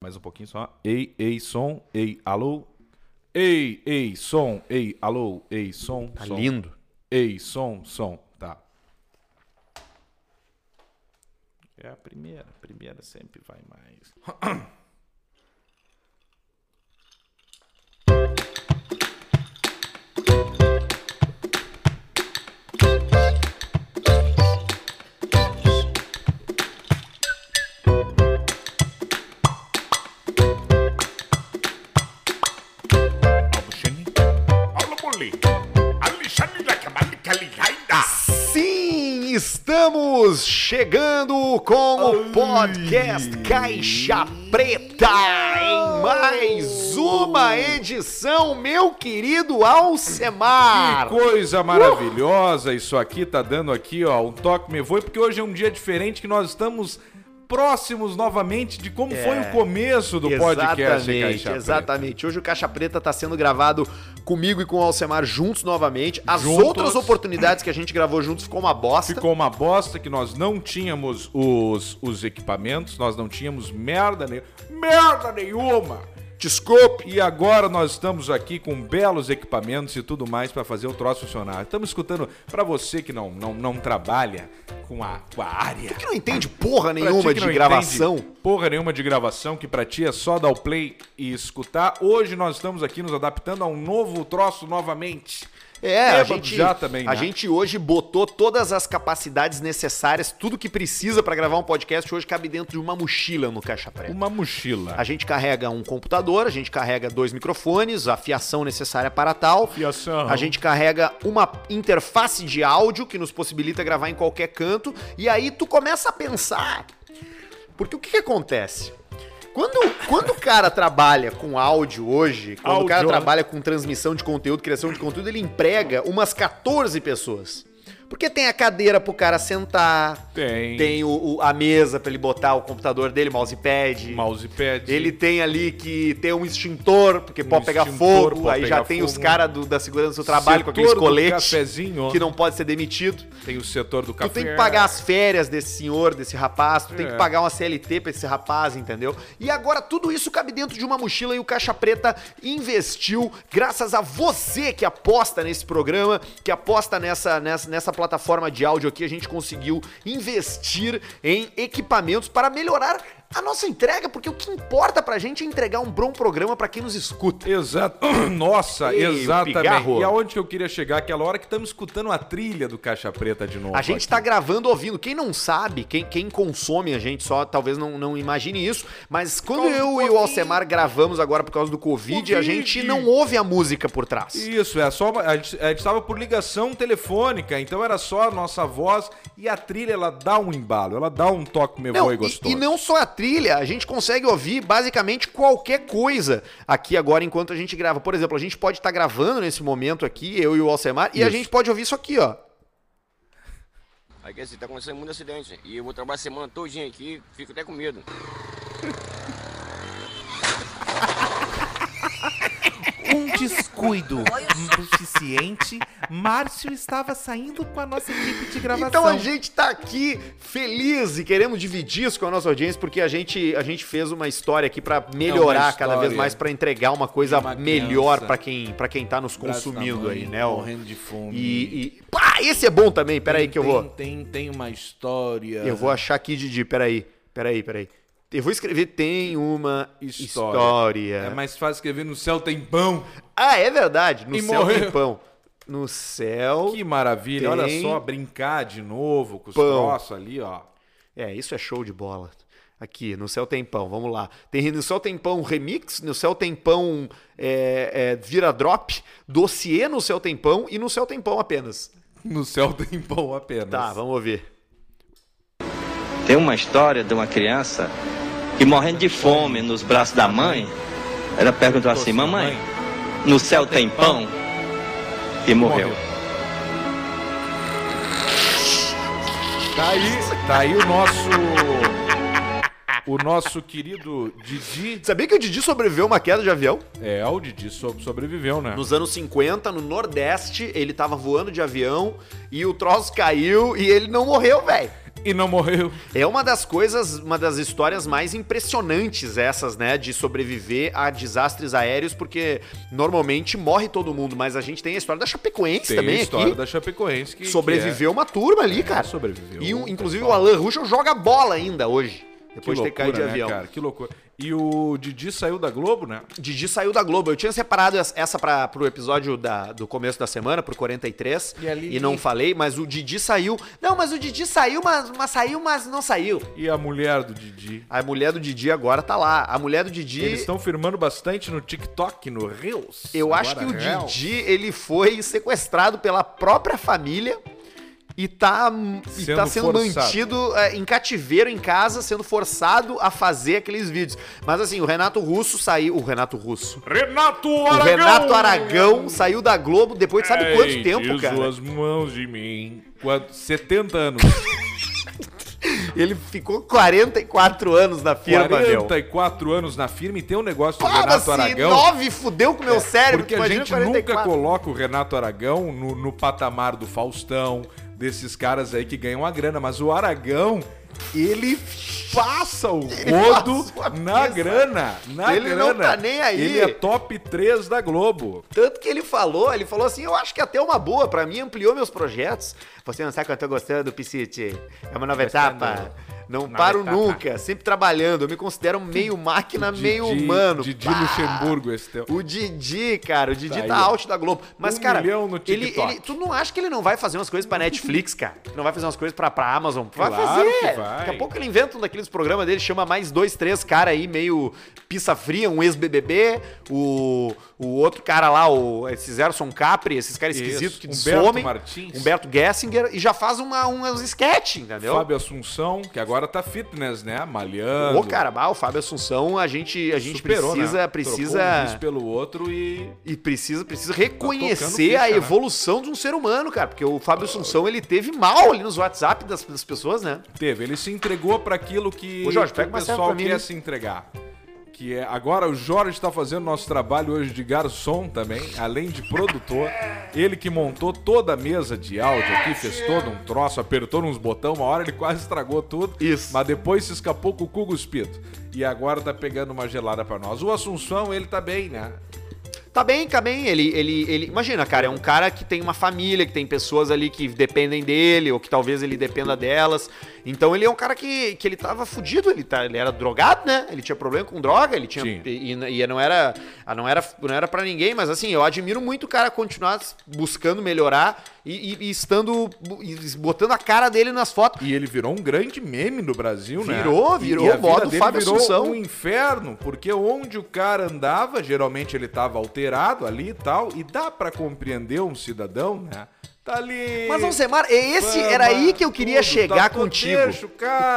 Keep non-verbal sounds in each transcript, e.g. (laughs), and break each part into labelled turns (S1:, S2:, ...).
S1: Mais um pouquinho só. Ei, ei, som, ei, alô. Ei, ei, som, ei, alô, ei, som.
S2: Tá
S1: som.
S2: lindo.
S1: Ei, som, som. Tá. É a primeira. A primeira sempre vai mais.
S3: Albusheni, Alaboli, Alexandre Lacamali
S1: Tá.
S3: Calihaida.
S2: Sim, estamos chegando com o podcast Caixa Preta em mais uma edição, meu querido Alcemar.
S1: Que coisa maravilhosa isso aqui tá dando aqui, ó, um toque me voe, porque hoje é um dia diferente que nós estamos próximos novamente de como foi o começo do podcast é, Caixa Preta.
S2: É, Exatamente. Hoje o Caixa Preta está sendo gravado comigo e com o Alcemar juntos novamente. As
S1: Juntos.
S2: outras oportunidades que a gente gravou juntos ficou uma bosta.
S1: Ficou uma bosta que nós não tínhamos os, os equipamentos, nós não tínhamos merda nenhuma. Merda nenhuma!
S2: Desculpe.
S1: E agora nós estamos aqui com belos equipamentos e tudo mais para fazer o troço funcionar. Estamos escutando para você que não, não, não trabalha com a, com a área.
S2: Que não entende porra
S1: Pra ti
S2: nenhuma
S1: que
S2: de
S1: não
S2: gravação.
S1: entende Porra nenhuma de gravação, que pra ti é só dar o play e escutar. Hoje nós estamos aqui nos adaptando a um novo troço novamente.
S2: É, a
S1: Bêbado
S2: gente,
S1: já também,
S2: a
S1: né?
S2: gente hoje botou todas as capacidades necessárias, tudo que precisa pra gravar um podcast hoje cabe dentro de uma mochila no Caixa Preta.
S1: Uma mochila.
S2: A gente carrega um computador, a gente carrega dois microfones, a fiação necessária para tal.
S1: Fiação.
S2: A gente carrega uma interface de áudio que nos possibilita gravar em qualquer canto. E aí tu começa a pensar. Porque o que, que acontece? Quando, quando o cara trabalha com áudio hoje, quando o
S1: Áudio,
S2: cara
S1: né?
S2: trabalha com transmissão de conteúdo, criação de conteúdo, ele emprega umas 14 pessoas. Porque tem a cadeira pro cara sentar,
S1: Tem.
S2: tem o- o- a mesa pra ele botar o computador dele, mousepad.
S1: Mousepad.
S2: Ele tem ali que ter um extintor, porque pode pegar
S1: extintor,
S2: fogo,
S1: pode
S2: aí
S1: pegar
S2: já tem os
S1: fogo.
S2: caras da segurança do trabalho
S1: Setor
S2: com aqueles
S1: do
S2: coletes
S1: cafezinho.
S2: que não pode ser demitido.
S1: Tem o setor do café.
S2: Tu tem que pagar as férias desse senhor, desse rapaz, tu tem que
S1: É.
S2: pagar uma CLT pra esse rapaz, entendeu? E agora tudo isso cabe dentro de uma mochila e o Caixa Preta investiu, graças a você que aposta nesse programa, que aposta nessa, nessa, nessa plataforma de áudio aqui, a gente conseguiu investir em equipamentos para melhorar a nossa entrega, porque o que importa pra gente é entregar um bom programa pra quem nos escuta.
S1: Exato. (clears throat) Nossa,
S2: Ei, o
S1: exatamente.
S2: pigarro.
S1: E aonde que eu queria chegar? Aquela hora que estamos escutando a trilha do Caixa Preta de novo.
S2: A gente
S1: aqui.
S2: tá gravando ouvindo. Quem não sabe, quem, quem consome a gente só, talvez não, não imagine isso, mas quando
S1: Com
S2: eu e o
S1: Covid.
S2: Alcemar gravamos agora por causa do COVID, a
S1: Covid.
S2: gente não ouve a música por trás.
S1: Isso, é só. A gente, a gente tava por ligação telefônica, então era só a nossa voz e a trilha, ela dá um embalo, ela dá um toque meu
S2: Não,
S1: e
S2: e,
S1: gostoso.
S2: e não só a trilha, a gente consegue ouvir basicamente qualquer coisa aqui agora enquanto a gente grava. Por exemplo, a gente pode estar gravando nesse momento aqui, eu e o Alcemar, e a
S1: Isso.
S2: gente pode ouvir isso aqui, ó.
S4: Aqui assim, tá acontecendo muito acidente. E eu vou trabalhar a semana todinha aqui, fico até com medo.
S5: Um
S2: (laughs)
S5: descuido suficiente, Márcio estava saindo com a nossa equipe de gravação.
S2: Então a gente tá aqui feliz e queremos dividir isso com a nossa audiência porque a gente, a gente fez uma história aqui pra melhorar
S1: É uma
S2: cada vez
S1: história
S2: mais pra entregar uma coisa
S1: de uma
S2: melhor
S1: criança.
S2: pra quem para quem tá nos consumindo aí, né? ó.
S1: Morrendo de fome.
S2: E, e pá, esse é bom também. Pera aí que eu vou
S1: Tem, tem uma história.
S2: eu vou achar aqui Didi, pera aí. Pera aí, pera aí. Eu vou escrever tem uma história.
S1: História. É mais fácil escrever no céu tem pão.
S2: Ah, é verdade, no
S1: E
S2: céu tem
S1: morreu.
S2: pão. No céu.
S1: Que maravilha.
S2: Tem
S1: Olha só, brincar de novo com os
S2: pão.
S1: troços ali, ó.
S2: É, isso é show de bola. Aqui, no Céu Tem Pão, vamos lá. Tem no Céu Tem Pão Remix, no Céu Tem Pão é, é, Vira Drop, Dossiê no Céu Tem Pão e no Céu Tem Pão apenas.
S1: No céu (laughs) tem pão apenas.
S2: Tá, vamos ouvir.
S6: Tem uma história de uma criança que morrendo de fome nos braços da mãe, ela perguntou assim, mamãe, no céu tem pão? E morreu.
S1: Tá aí, tá aí o nosso. O nosso querido Didi.
S2: Sabia que o Didi sobreviveu a uma queda de avião?
S1: É, o Didi so- sobreviveu, né?
S2: Nos anos 50, no Nordeste, ele tava voando de avião e o troço caiu e ele não morreu, velho.
S1: E não morreu.
S2: É uma das coisas, uma das histórias mais impressionantes essas, né, de sobreviver a desastres aéreos, porque normalmente morre todo mundo, mas a gente tem a história da Chapecoense
S1: Tem
S2: também
S1: a história
S2: aqui.
S1: da Chapecoense que. que
S2: Sobreviveu uma turma ali,
S1: é-
S2: cara.
S1: Sobreviveu. um
S2: E, o- inclusive, o
S1: pessoal.
S2: Alan Ruschel joga bola ainda hoje,
S1: Que
S2: depois de
S1: loucura,
S2: ter caído de
S1: né,
S2: avião.
S1: cara? Que loucura. E o Didi saiu da Globo, né?
S2: Didi saiu da Globo. Eu tinha separado es- essa para pro episódio da- do começo da semana, pro 43, e,
S1: E ali-
S2: não falei, mas o Didi saiu. Não, mas o Didi saiu, mas, mas saiu, mas não saiu.
S1: E a mulher do Didi.
S2: A mulher do Didi agora tá lá. A mulher do Didi.
S1: Eles estão firmando bastante no TikTok, no Reels.
S2: Eu acho que
S1: Agora, é
S2: o
S1: Reels.
S2: Didi, ele foi sequestrado pela própria família e tá hum, e
S1: Sendo
S2: tá sendo
S1: forçado.
S2: mantido é, em cativeiro em casa, sendo forçado a fazer aqueles vídeos. Mas assim, o Renato Russo saiu. O Renato Russo.
S1: Renato
S2: O
S1: Aragão!
S2: Renato Aragão saiu da Globo depois de sabe quanto
S1: Ei,
S2: tempo,
S1: diz
S2: cara?
S1: suas mãos de mim. Quanto? 70 anos.
S2: Ele ficou 44 anos na firma, meu.
S1: 44 anos na firma e tem um negócio do um. Renato
S2: assim,
S1: Aragão. É,
S2: 9 fudeu com o meu cérebro,
S1: Porque
S2: tu
S1: a
S2: imagina
S1: gente nunca coloca o Renato Aragão no, no patamar do Faustão, desses caras aí que ganham a grana, mas o Aragão, ele passa o rodo
S2: passou a
S1: na
S2: pista.
S1: grana. Na
S2: Ele
S1: grana.
S2: não tá nem aí.
S1: Ele é top 3 da Globo.
S2: Tanto que ele falou, ele falou assim, eu acho que até uma boa, pra mim ampliou meus projetos. Você não sabe quanto eu tô gostando, Piscite. É uma nova etapa. Não paro
S1: etapa.
S2: nunca, sempre trabalhando. Eu me considero meio máquina, É meio
S1: Didi-
S2: humano.
S1: Didi
S2: Pá!
S1: Luxemburgo, esse teu.
S2: O Didi, cara, o Didi
S1: Tá
S2: tá,
S1: aí, ó.
S2: out da Globo. Mas,
S1: Um
S2: cara,
S1: milhão no
S2: ele,
S1: TikTok.
S2: ele- tu não acha que ele não vai fazer umas coisas pra Netflix, cara? Que não vai fazer umas coisas pra, pra Amazon? Vai
S1: Claro
S2: fazer.
S1: que vai.
S2: Daqui a pouco ele inventa um daqueles programas dele, chama mais dois, três cara aí, meio pizza fria, um ex-BBB, o, o outro cara lá, o, esse Zerson Capri, esses caras
S1: Isso, Um
S2: esquisitos que
S1: Humberto
S2: somem.
S1: Martins.
S2: um Humberto Gessinger, e já faz uma, umas sketch, entendeu?
S1: Fábio Assunção, que agora tá fitness, né? Malhando.
S2: Ô, cara, bah, o Fábio Assunção, a gente, a gente
S1: Superou, né? Trocou
S2: precisa,
S1: um
S2: precisa...
S1: vício pelo outro e
S2: E precisa, precisa reconhecer
S1: ficha,
S2: a
S1: né?
S2: evolução de um ser humano, cara. Porque o Fábio Assunção, ele teve mal ali nos WhatsApp das, das pessoas, né?
S1: Teve, ele se entregou para aquilo que,
S2: Ô, Jorge,
S1: que
S2: pega
S1: o
S2: uma serva
S1: pessoal
S2: pra mim,
S1: quer
S2: hein?
S1: se entregar. Que é, agora o Jorge está fazendo nosso trabalho hoje de garçom também, além de produtor. Ele que montou toda a mesa de áudio aqui, fez todo um troço, apertou uns botão, uma hora ele quase estragou tudo.
S2: Isso.
S1: Mas depois se escapou com o cu cuspido. E agora tá pegando uma gelada para nós. O Assunção, ele tá bem, né?
S2: Tá bem, tá bem. Ele, ele, ele. Imagina, cara, é um cara que tem uma família, que tem pessoas ali que dependem dele, ou que talvez ele dependa delas. Então ele é um cara que, que ele tava fudido, ele, tá, ele era drogado, né? Ele tinha problema com droga, ele tinha.
S1: Tinha.
S2: E, e- e não era. ah, Não era, não era para ninguém, mas assim, eu admiro muito o cara continuar buscando melhorar e, e- e estando. e botando a cara dele nas fotos.
S1: E ele virou um grande meme no Brasil, né?
S2: Virou,
S1: E-
S2: virou,
S1: e a vida
S2: modo
S1: dele
S2: Fábio
S1: virou
S2: Assunção.
S1: um inferno, porque onde o cara andava, geralmente ele tava alterado ali e tal, e dá pra compreender um cidadão, né? Tá ali.
S2: Mas, Alcemar, é esse, era aí que eu queria
S1: tá
S2: chegar contigo.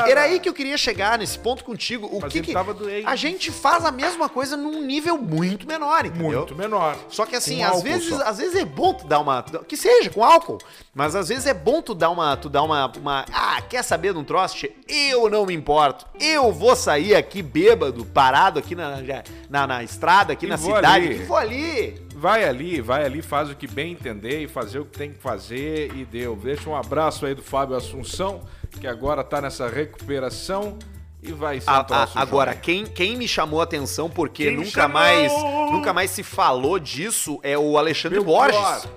S2: Era aí que eu queria chegar nesse ponto contigo. O
S1: Mas
S2: que
S1: ele
S2: que
S1: tava doente.
S2: a gente faz a mesma coisa num nível muito menor, entendeu?
S1: Muito menor.
S2: Só que assim,
S1: Com
S2: às
S1: álcool
S2: vezes,
S1: só.
S2: às vezes é bom tu dar uma, que seja com álcool, mas às vezes é bom tu dar uma, tu dar uma, uma- ah, quer saber de um troço? che? Eu não me importo. Eu vou sair aqui bêbado, parado aqui na na, na estrada, aqui
S1: E
S2: na
S1: vou
S2: cidade,
S1: ali.
S2: que vou ali.
S1: Vai ali, vai ali, faz o que bem entender e fazer o que tem que fazer e deu. Deixa um abraço aí do Fábio Assunção, que agora tá nessa recuperação e vai ser um
S2: A- a-
S1: troço
S2: Ah, agora,
S1: joia.
S2: quem, quem me chamou a atenção porque
S1: Quem me
S2: nunca
S1: chamou?
S2: mais nunca mais se falou disso é o Alexandre
S1: Meu
S2: Borges.
S1: Borges.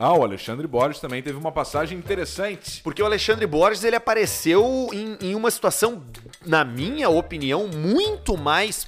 S1: Ah, o Alexandre Borges também teve uma passagem interessante.
S2: Porque o Alexandre Borges ele apareceu em, em uma situação, na minha opinião, muito mais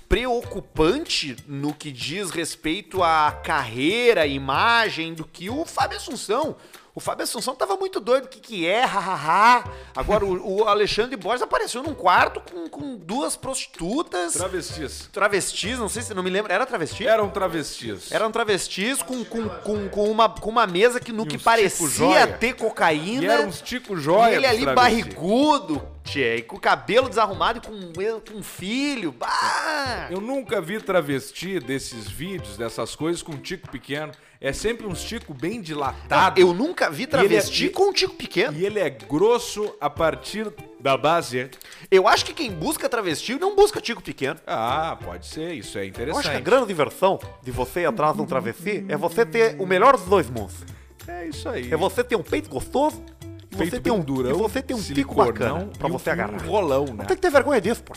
S2: preocupante no que diz respeito à carreira, à imagem, do que o Fábio Assunção. O Fábio Assunção tava muito doido, o que, que é, hahaha. Agora, o, o Alexandre Borges apareceu num quarto com, com duas prostitutas,
S1: Travestis.
S2: travestis, não sei se, não me lembro, era travesti?
S1: Eram travestis.
S2: Eram travestis com, com, com, com uma, com uma mesa que no
S1: E
S2: que
S1: uns
S2: parecia
S1: tipo joia.
S2: ter cocaína.
S1: e eram uns tico joia.
S2: E ele
S1: dos
S2: ali
S1: travestis.
S2: barrigudo, tchê, e com o cabelo desarrumado e com, com um filho. Bah!
S1: Eu nunca vi travesti desses vídeos, dessas coisas, com um tico pequeno. É sempre uns tico bem dilatado.
S2: Eu nunca vi travesti
S1: E ele é-
S2: com um tico pequeno.
S1: E ele é grosso a partir da base. é?
S2: Eu acho que quem busca travesti não busca tico pequeno.
S1: Ah, pode ser. Isso é
S2: Eu acho que a
S1: interessante.
S2: grande diversão de você ir atrás de um travesti é você ter o melhor dos dois mundos.
S1: É isso aí.
S2: É você ter um peito gostoso E
S1: Peito
S2: você tem um
S1: bem durão,
S2: e você tem um pico
S1: siliconão
S2: bacana pra
S1: e um-
S2: você agarrar.
S1: um rolão, né?
S2: Não tem que ter vergonha disso, pô.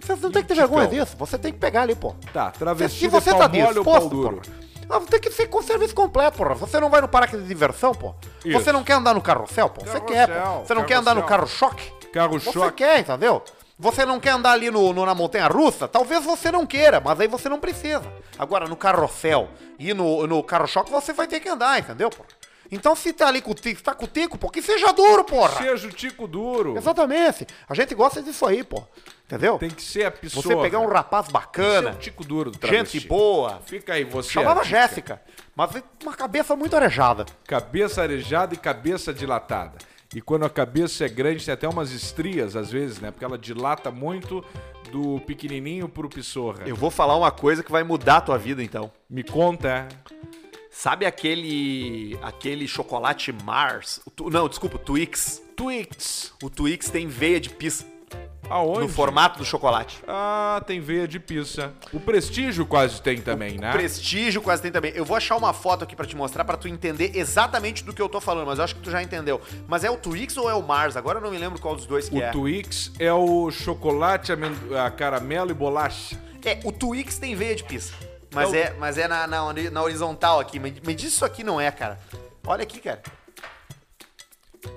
S2: Você não tem que ter
S1: Ticão.
S2: vergonha disso. Você tem que pegar ali, pô.
S1: Tá, travesti
S2: Se você
S1: de
S2: tá
S1: pau mole ou pau
S2: disposto,
S1: duro?
S2: porra. Ah, tem que ser com o serviço completo, porra. Você não vai no parque de diversão, pô.
S1: Isso.
S2: Você não quer andar no carrossel, pô. Você quer, pô.
S1: Carrossel,
S2: Você não quer andar no
S1: carrossel.
S2: carro-choque. Você
S1: Carro-choque.
S2: quer, entendeu? Você não quer andar ali no, no- na montanha russa? Talvez você não queira, mas aí você não precisa. Agora, no carrossel e no, no carro-choque, você vai ter que andar, entendeu, porra? Então, se tá ali com o tico, tá com o tico, pô, que seja duro, porra.
S1: Seja o tico duro.
S2: Exatamente. A gente gosta disso aí, pô. Entendeu?
S1: Tem que ser a pessoa.
S2: Você pegar um rapaz
S1: Você é
S2: bacana,
S1: o tico duro do travesti.
S2: gente boa,
S1: Fica aí, você. é
S2: Chamava
S1: artista.
S2: Jéssica, mas uma cabeça muito arejada.
S1: Cabeça arejada e cabeça dilatada. E quando a cabeça é grande, tem até umas estrias, às vezes, né? Porque ela dilata muito do pequenininho pro pissorra.
S2: Eu vou falar uma coisa que vai mudar a tua vida, então.
S1: Me conta. é?
S2: Sabe aquele aquele chocolate Mars? O tu- não, desculpa, o Twix. Twix. O Twix tem veia de pizza
S1: Aonde?
S2: no formato do chocolate.
S1: Ah, tem veia de pizza. O prestígio quase tem também,
S2: Ah.
S1: né?
S2: Prestígio quase tem também. Eu vou achar uma foto aqui pra te mostrar pra tu entender exatamente do que eu tô falando, mas eu acho que tu já entendeu. Mas é o Twix ou é o Mars? Agora eu não me lembro qual dos dois que
S1: O
S2: é.
S1: Twix é o chocolate, amendo... a caramelo e bolacha.
S2: É, o Twix tem veia de pizza. Mas é, mas é na, na, na horizontal aqui. Me, me diz isso aqui não é, cara. Olha aqui, cara.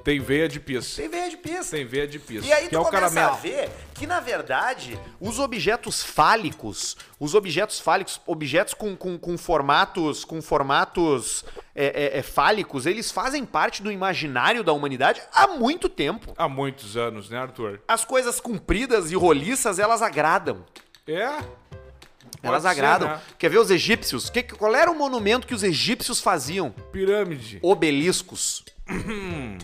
S1: Tem veia de pizza.
S2: Tem veia de pizza.
S1: Tem veia de pizza.
S2: E aí
S1: que
S2: tu
S1: é o
S2: começa
S1: caramelo.
S2: a ver que, na verdade, os objetos fálicos, os objetos fálicos, objetos com, com, com formatos, com formatos é, é, é, fálicos, eles fazem parte do imaginário da humanidade há muito tempo.
S1: Há muitos anos, né, Arthur?
S2: As coisas compridas e roliças, elas agradam.
S1: É?
S2: Elas
S1: Pode ser,
S2: agradam.
S1: né?
S2: Quer ver os egípcios? Que, qual era o monumento que os egípcios faziam?
S1: Pirâmide.
S2: obeliscos.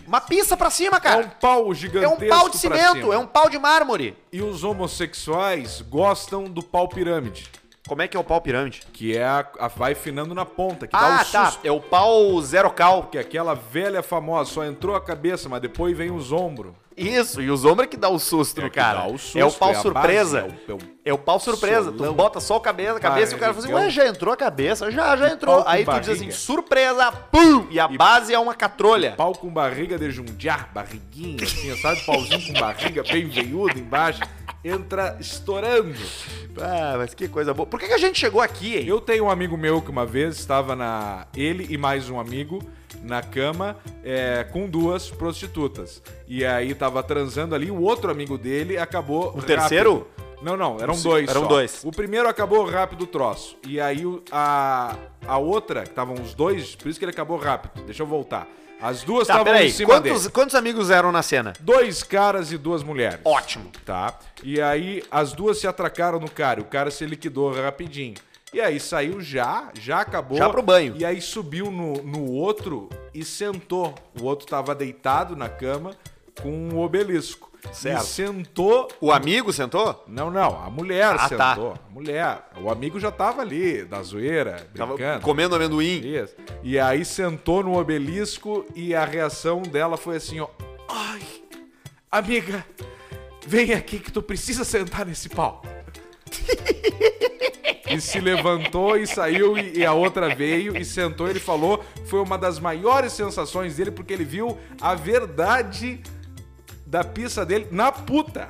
S2: Uma pista pra
S1: Hum.
S2: cima,
S1: É
S2: cara.
S1: um pau gigantesco.
S2: É um pau de
S1: pra
S2: cimento,
S1: cima.
S2: é um pau de mármore.
S1: E os homossexuais gostam do pau pirâmide,
S2: Como é que é o pau pirâmide?
S1: que é a, a- vai finando na ponta, que dá
S2: Ah,
S1: o
S2: tá.
S1: susto.
S2: É o pau zero cal.
S1: Que é aquela velha famosa, só entrou a cabeça, mas depois vem os ombros.
S2: Isso, e os ombros que dá o susto,
S1: É
S2: no
S1: que
S2: cara.
S1: dá o susto,
S2: é o
S1: é
S2: pau
S1: a
S2: surpresa.
S1: base, é o- é o
S2: é o pau surpresa.
S1: solão.
S2: Tu bota só a cabeça, a cabeça e o cara fala assim,
S1: Barrigão.
S2: ué, já entrou a cabeça? Já, já entrou.
S1: pau com
S2: Aí tu diz
S1: barriga.
S2: assim, surpresa, pum! E a base é uma catrolha.
S1: Pau com barriga de jundiar, barriguinha, assim, sabe? Pauzinho com barriga, bem veiudo embaixo. Entra estourando.
S2: Ah, mas que coisa boa. Por que, que a gente chegou aqui, hein?
S1: Eu tenho um amigo meu que uma vez estava na. Ele e mais um amigo na cama é, com duas prostitutas. E aí tava transando ali, o outro amigo dele acabou. O
S2: terceiro?
S1: Não, não, eram dois.
S2: eram
S1: só.
S2: dois.
S1: O primeiro acabou rápido o troço. E aí o- a, a outra, que estavam os dois, por isso que ele acabou rápido. Deixa eu voltar. As duas
S2: tá,
S1: estavam em
S2: peraí.
S1: cima
S2: Quantos,
S1: dele.
S2: quantos amigos eram na cena?
S1: Dois caras e duas mulheres.
S2: Ótimo.
S1: Tá? E aí as duas se atracaram no cara, e o cara se liquidou rapidinho. E aí saiu já, já acabou.
S2: Já pro banho.
S1: E aí subiu no, no outro e sentou. O outro tava deitado na cama com um obelisco.
S2: Certo.
S1: E sentou.
S2: O amigo sentou?
S1: Não, não, a mulher
S2: Ah, tá.
S1: sentou. A mulher. O amigo já tava ali, da zoeira,
S2: Tava
S1: brincando.
S2: comendo amendoim.
S1: Isso. E aí sentou no obelisco e a reação dela foi assim, ó. Ai, amiga, vem aqui que tu precisa sentar nesse pau. E se levantou e saiu e, e a outra veio e sentou. Ele falou, foi uma das maiores sensações dele porque ele viu a verdade da pista dele na puta.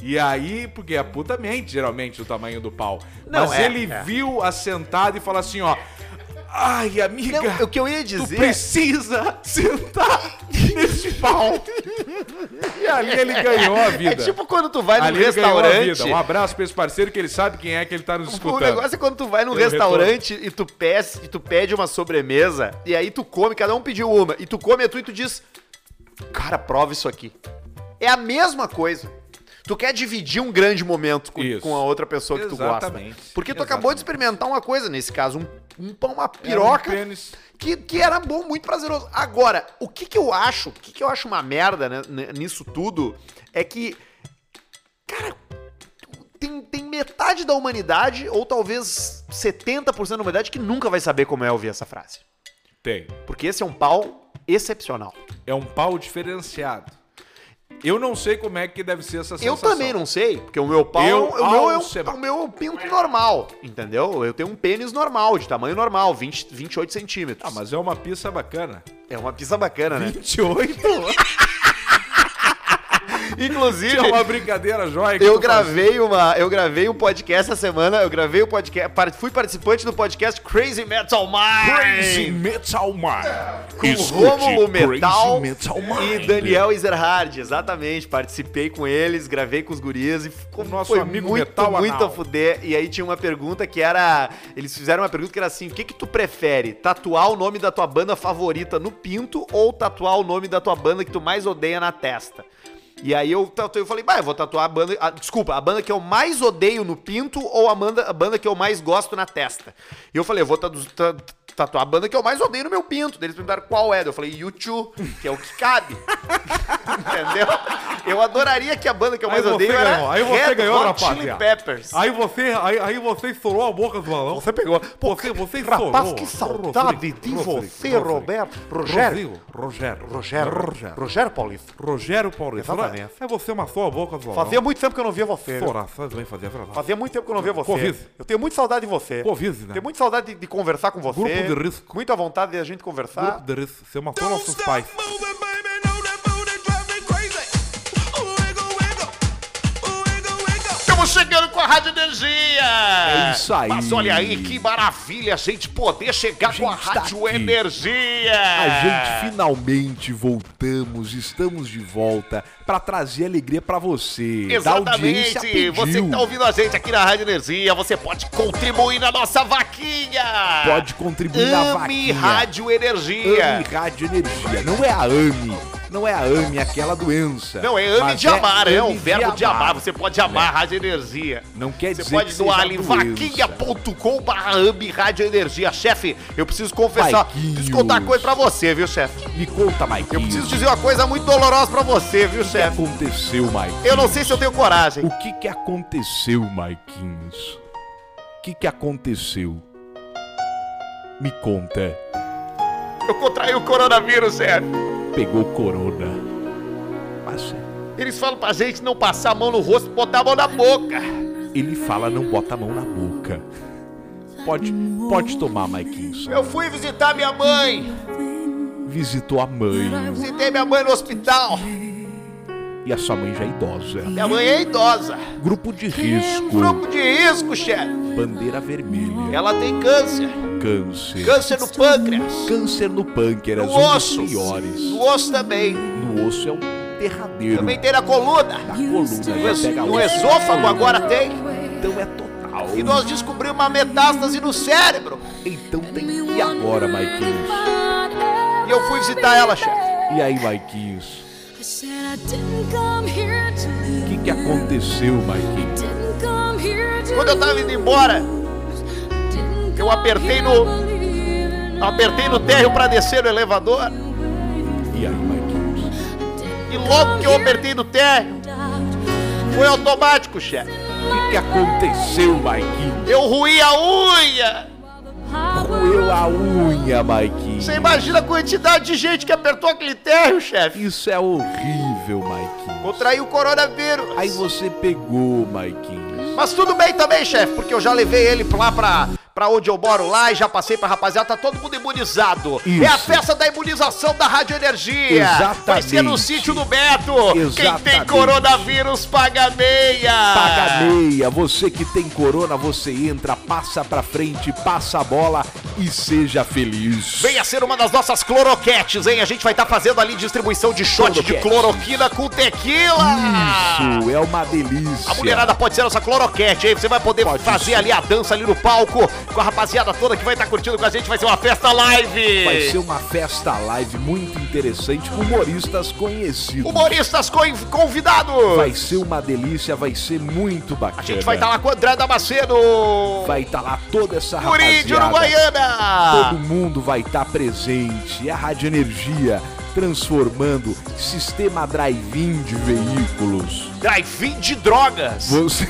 S1: E aí, porque a puta mente geralmente o tamanho do pau.
S2: Não,
S1: Mas
S2: é,
S1: ele
S2: é.
S1: viu a sentada e falou assim, ó. Ai, amiga,
S2: Não, o que eu ia
S1: tu
S2: dizer.
S1: precisa sentar nesse pau. E ali ele ganhou a vida.
S2: É tipo quando tu vai num
S1: ali ele ganhou a
S2: restaurante.
S1: vida. Um abraço pra esse parceiro que ele sabe quem é que ele tá nos
S2: O
S1: escutando.
S2: negócio é quando tu vai num
S1: Pelo
S2: restaurante e tu, pede, e tu pede uma sobremesa, e aí tu come, cada um pediu uma, e tu come a tua e tu diz, cara, prova isso aqui. É a mesma coisa. Tu quer dividir um grande momento com,
S1: Isso.
S2: com a outra pessoa que tu
S1: Exatamente.
S2: gosta. Porque tu acabou de
S1: Exatamente.
S2: experimentar uma coisa, nesse caso, um, um pão, uma
S1: Era
S2: piroca.
S1: Um pênis.
S2: que, que era bom, muito prazeroso. Agora, o que que eu acho, o que que eu acho uma merda né, n- nisso tudo, é que, cara, tem, tem metade da humanidade, ou talvez 70% da humanidade, que nunca vai saber como é ouvir essa frase.
S1: Tem.
S2: Porque esse é um pau excepcional.
S1: É um pau diferenciado. Eu não sei como é que deve ser essa sensação.
S2: Eu também não sei, porque o meu pau
S1: Eu,
S2: o meu, é
S1: ao
S2: um-
S1: seba-
S2: o meu é um pinto normal, entendeu? Eu tenho um pênis normal, de tamanho normal, 20, 28 centímetros.
S1: Ah, mas é uma pista bacana.
S2: É uma pizza bacana,
S1: (laughs)
S2: né?
S1: 28?
S2: Inclusive,
S1: é uma brincadeira jóia. que
S2: eu
S1: tu faz.
S2: gravei uma, eu gravei um podcast essa semana, eu gravei o podcast, par- fui participante do podcast Crazy Metal Mind.
S3: Crazy Metal Mind.
S2: com
S3: Escute
S2: Rômulo
S3: Crazy
S2: Metal,
S3: Metal
S2: e
S3: Mind.
S2: Daniel Ezerhard, exatamente. Participei com eles, gravei com os gurias e ficou
S1: O nosso
S2: foi
S1: amigo
S2: muito,
S1: metal anal.
S2: muito a fuder. E aí tinha uma pergunta que era, eles fizeram uma pergunta que era assim: "O que que tu prefere? Tatuar o nome da tua banda favorita no pinto ou tatuar o nome da tua banda que tu mais odeia na testa?" E aí eu tatuei, eu falei, bah, eu vou tatuar a banda. a- desculpa, a banda que eu mais odeio no pinto ou a banda, a banda que eu mais gosto na testa. E eu falei, eu vou tatu- ta- tatuar a banda que eu mais odeio no meu pinto. Daí Eles perguntaram qual é. Daí Eu falei, YouTube, que é o que cabe. Entendeu? Eu adoraria que a banda que eu
S1: Aí
S2: mais
S1: você
S2: odeio
S1: ganhou,
S2: era
S1: aí você
S2: Red
S1: ganhou,
S2: Hot Chili
S1: rapaziada.
S2: Peppers.
S1: Aí você, aí, aí você estourou a boca do balão. Você pegou. você, você estourou.
S2: Rapaz, que saudade de você, Roberto. Rogério.
S1: Rodrigo. Rogério.
S2: Rogério.
S1: Rogério.
S2: Rogério Paulista.
S1: Rogério Paulista.
S2: Exatamente.
S1: É você maçou a boca do balão.
S2: Fazia muito tempo que eu não via você.
S1: Estourar, sabe bem fazer.
S2: Fazia muito tempo que eu não via você.
S1: Covid.
S2: Eu tenho muita saudade de você.
S1: Covid, né?
S2: Tenho muita saudade de, de conversar com você.
S1: Grupo de risco.
S2: Muita vontade de a gente conversar.
S1: Grupo de risco. Você matou nossos pais.
S2: Estamos chegando com a Rádio Energia.
S1: É isso aí.
S2: Mas olha aí, que maravilha a gente poder chegar com a
S1: gente tá
S2: Rádio
S1: aqui.
S2: Energia.
S1: A gente finalmente voltamos, estamos de volta pra trazer alegria pra você. Da audiência
S2: Exatamente.
S1: pediu.
S2: Você que tá ouvindo a gente aqui na Rádio Energia, você pode contribuir na nossa vaquinha.
S1: Pode contribuir na
S2: Ame
S1: vaquinha.
S2: Rádio Energia.
S1: AME Rádio Energia. Não é a AME. Não é a AME, aquela doença.
S2: Não, é ame
S1: Mas
S2: de amar, é, um
S1: ame Né?
S2: verbo de amar. Você pode amar a Rádio Energia.
S1: Não quer dizer
S2: Você pode
S1: que
S2: doar ali
S1: seja doença.
S2: vaquinha.com barra ame Rádio Energia. Chefe, eu preciso confessar,
S1: Paiquinhos.
S2: preciso contar uma coisa pra você, viu, chefe?
S1: Me conta, Mike.
S2: Eu preciso dizer uma coisa muito dolorosa pra você, viu,
S1: O que
S2: chefe?
S1: aconteceu, Mike?
S2: Eu não sei se eu tenho coragem.
S1: O que que aconteceu, Maiquinhos? O que que aconteceu? Me conta.
S2: Eu contraí o coronavírus, chefe.
S1: Pegou corona. Mas
S2: Eles falam pra gente não passar a mão no rosto, botar a mão na boca.
S1: ele fala não bota a mão na boca. Pode, pode tomar, Maiquinhos.
S2: Eu fui visitar minha mãe.
S1: Visitou a mãe
S2: Visitei minha mãe no hospital.
S1: e a sua mãe já é idosa.
S2: Minha mãe é idosa.
S1: Grupo de risco,
S2: Grupo de risco, chefe.
S1: bandeira vermelha,
S2: Ela tem câncer.
S1: câncer,
S2: Câncer no pâncreas.
S1: câncer no pâncreas,
S2: No
S1: um dos
S2: osso.
S1: piores.
S2: No osso também.
S1: No osso é um derradeiro
S2: Também tem na coluna.
S1: da Tá coluna, já pega
S2: No
S1: osso.
S2: esôfago agora tem.
S1: Então é total.
S2: E nós descobrimos uma metástase no cérebro.
S1: Então tem e agora, Maiquinhos?
S2: E eu fui visitar ela, chefe.
S1: E aí, Maiquinhos?
S7: I said I didn't come here to
S1: O
S7: leave.
S1: que, que aconteceu, Maiquinhos?
S7: Didn't come here to
S2: é Quando eu tava indo embora,
S7: Didn't
S2: eu
S7: come
S2: apertei
S7: here
S2: no-
S7: believing.
S2: apertei no térreo pra descer no elevador.
S1: E aí, Maiquinhos?
S2: E logo que eu apertei no térreo, foi automático, chefe.
S1: O que, que aconteceu, Maiquinhos?
S2: Eu ruí a unha.
S1: Roeu a unha, Maiquinhos.
S2: Você imagina a quantidade de gente que apertou aquele térreo, chefe.
S1: Isso é horrível, Maiquinhos.
S2: Contraiu o coronavírus.
S1: Aí você pegou, Maiquinhos.
S2: Mas tudo bem também, chefe, porque eu já levei ele lá pra, pra onde eu moro lá e já passei pra rapaziada, tá todo mundo imunizado.
S1: Isso.
S2: É a festa da imunização da Rádio Energia.
S1: Exatamente.
S2: Vai ser no sítio do Beto. Quem tem
S1: Exatamente.
S2: coronavírus paga meia.
S1: Paga meia, você que tem corona, você entra, passa pra frente, passa a bola e seja feliz.
S2: Venha ser uma das nossas cloroquetes, hein? A gente vai estar fazendo ali distribuição de shot de
S1: Cloroquetes.
S2: cloroquina com tequila.
S1: Isso é uma delícia.
S2: A mulherada pode ser nossa cloroquete, hein? Você vai poder
S1: Pode
S2: fazer
S1: ser.
S2: ali a dança ali no palco com a rapaziada toda que vai estar curtindo com a gente. Vai ser uma festa live.
S1: Vai ser um uma festa live muito interessante com humoristas conhecidos.
S2: Humoristas co- convidados!
S1: Vai ser uma delícia, vai ser muito bacana.
S2: A gente vai estar lá com o André Damasceno!
S1: Vai tá lá toda essa
S2: Curídio,
S1: rapaziada. Todo
S2: Uruguaiana!
S1: mundo vai estar presente. É a Rádio Energia transformando sistema drive-in de veículos.
S2: Drive-in de drogas!
S1: Você...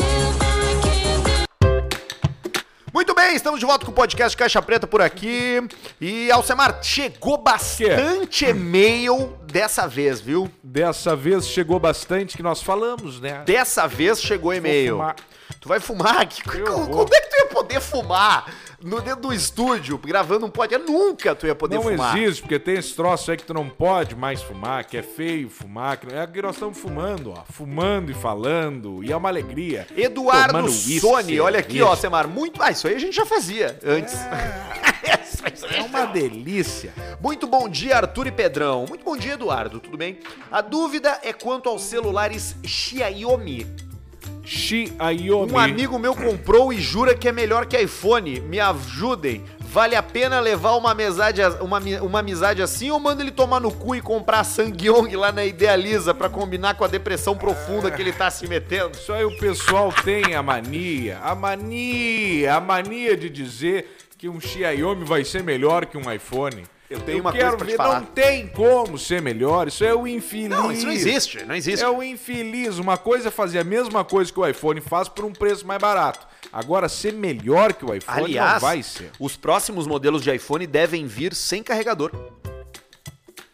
S1: (laughs)
S2: Muito bem, bem, estamos de volta com o podcast Caixa Preta por aqui. E Alcemar, chegou bastante e-mail dessa vez, viu?
S1: Dessa vez chegou bastante que nós falamos, né?
S2: Dessa vez chegou e-mail.
S1: fumar.
S2: Tu vai fumar? Que,
S1: Eu
S2: co-
S1: vou.
S2: como é que tu ia poder fumar no dentro do estúdio, gravando um podcast? Nunca tu ia poder
S1: Não
S2: fumar.
S1: existe, porque tem esse troço aí que tu não pode mais fumar, que é feio fumar. Que... É que nós estamos fumando, ó. Fumando e falando. E é uma alegria.
S2: Eduardo
S1: Tomando uísque,
S2: Sony, olha aqui, ó,
S1: uísque.
S2: Alcemar, muito. Ah, isso aí a gente já fazia antes. (laughs)
S1: É uma delícia.
S2: Muito bom dia, Arthur e Pedrão. Muito bom dia, Eduardo. Tudo bem? A dúvida é quanto aos celulares Xiaomi.
S1: Xiaomi.
S2: Um amigo meu comprou e jura que é melhor que iPhone. Me ajudem. Vale a pena levar uma amizade, uma, ami- uma amizade assim ou manda ele tomar no cu e comprar Sangyong lá na Idealiza pra combinar com a depressão profunda que ele tá se metendo?
S1: Isso aí o pessoal tem a mania, a mania, a mania de dizer que um Xiaomi vai ser melhor que um iPhone.
S2: Eu tenho uma coisa pra te
S1: ver,
S2: falar.
S1: Não tem como ser melhor, isso é o infeliz.
S2: Não, isso não existe, não existe.
S1: É o infeliz. Uma coisa é fazer a mesma coisa que o iPhone faz por um preço mais barato. Agora, ser melhor que o iPhone não
S2: Aliás,
S1: vai ser.
S2: os próximos modelos de iPhone devem vir sem carregador.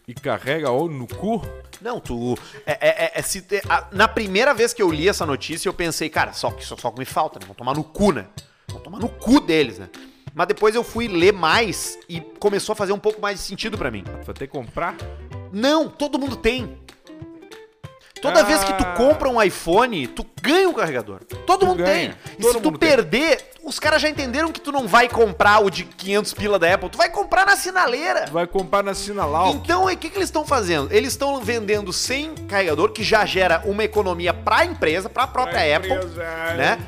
S1: E carrega ou no cu.
S2: Não, tu. é- é- é- é se- é- a- na primeira vez que eu li essa notícia, eu pensei, cara, só que só, só que me falta, né? Vão tomar no cu, né? Vão tomar no cu deles, né? Mas depois eu fui ler mais e começou a fazer um pouco mais de sentido pra mim.
S1: Vai ter que comprar.
S2: Não, todo mundo tem. Toda vez que tu
S1: Ah.
S2: compra um iPhone, tu ganha um carregador. Todo
S1: Tu
S2: mundo
S1: ganha.
S2: tem. E
S1: Todo
S2: se tu
S1: mundo tem.
S2: perder, os caras já entenderam que tu não vai comprar o de 500 pila da Apple, tu vai comprar na sinaleira.
S1: Vai comprar na Sinalal.
S2: Então, o que, que eles estão fazendo? Eles estão vendendo sem carregador, que já gera uma economia para a empresa, para a própria
S1: Pra
S2: Apple,
S1: empresa, é.
S2: né?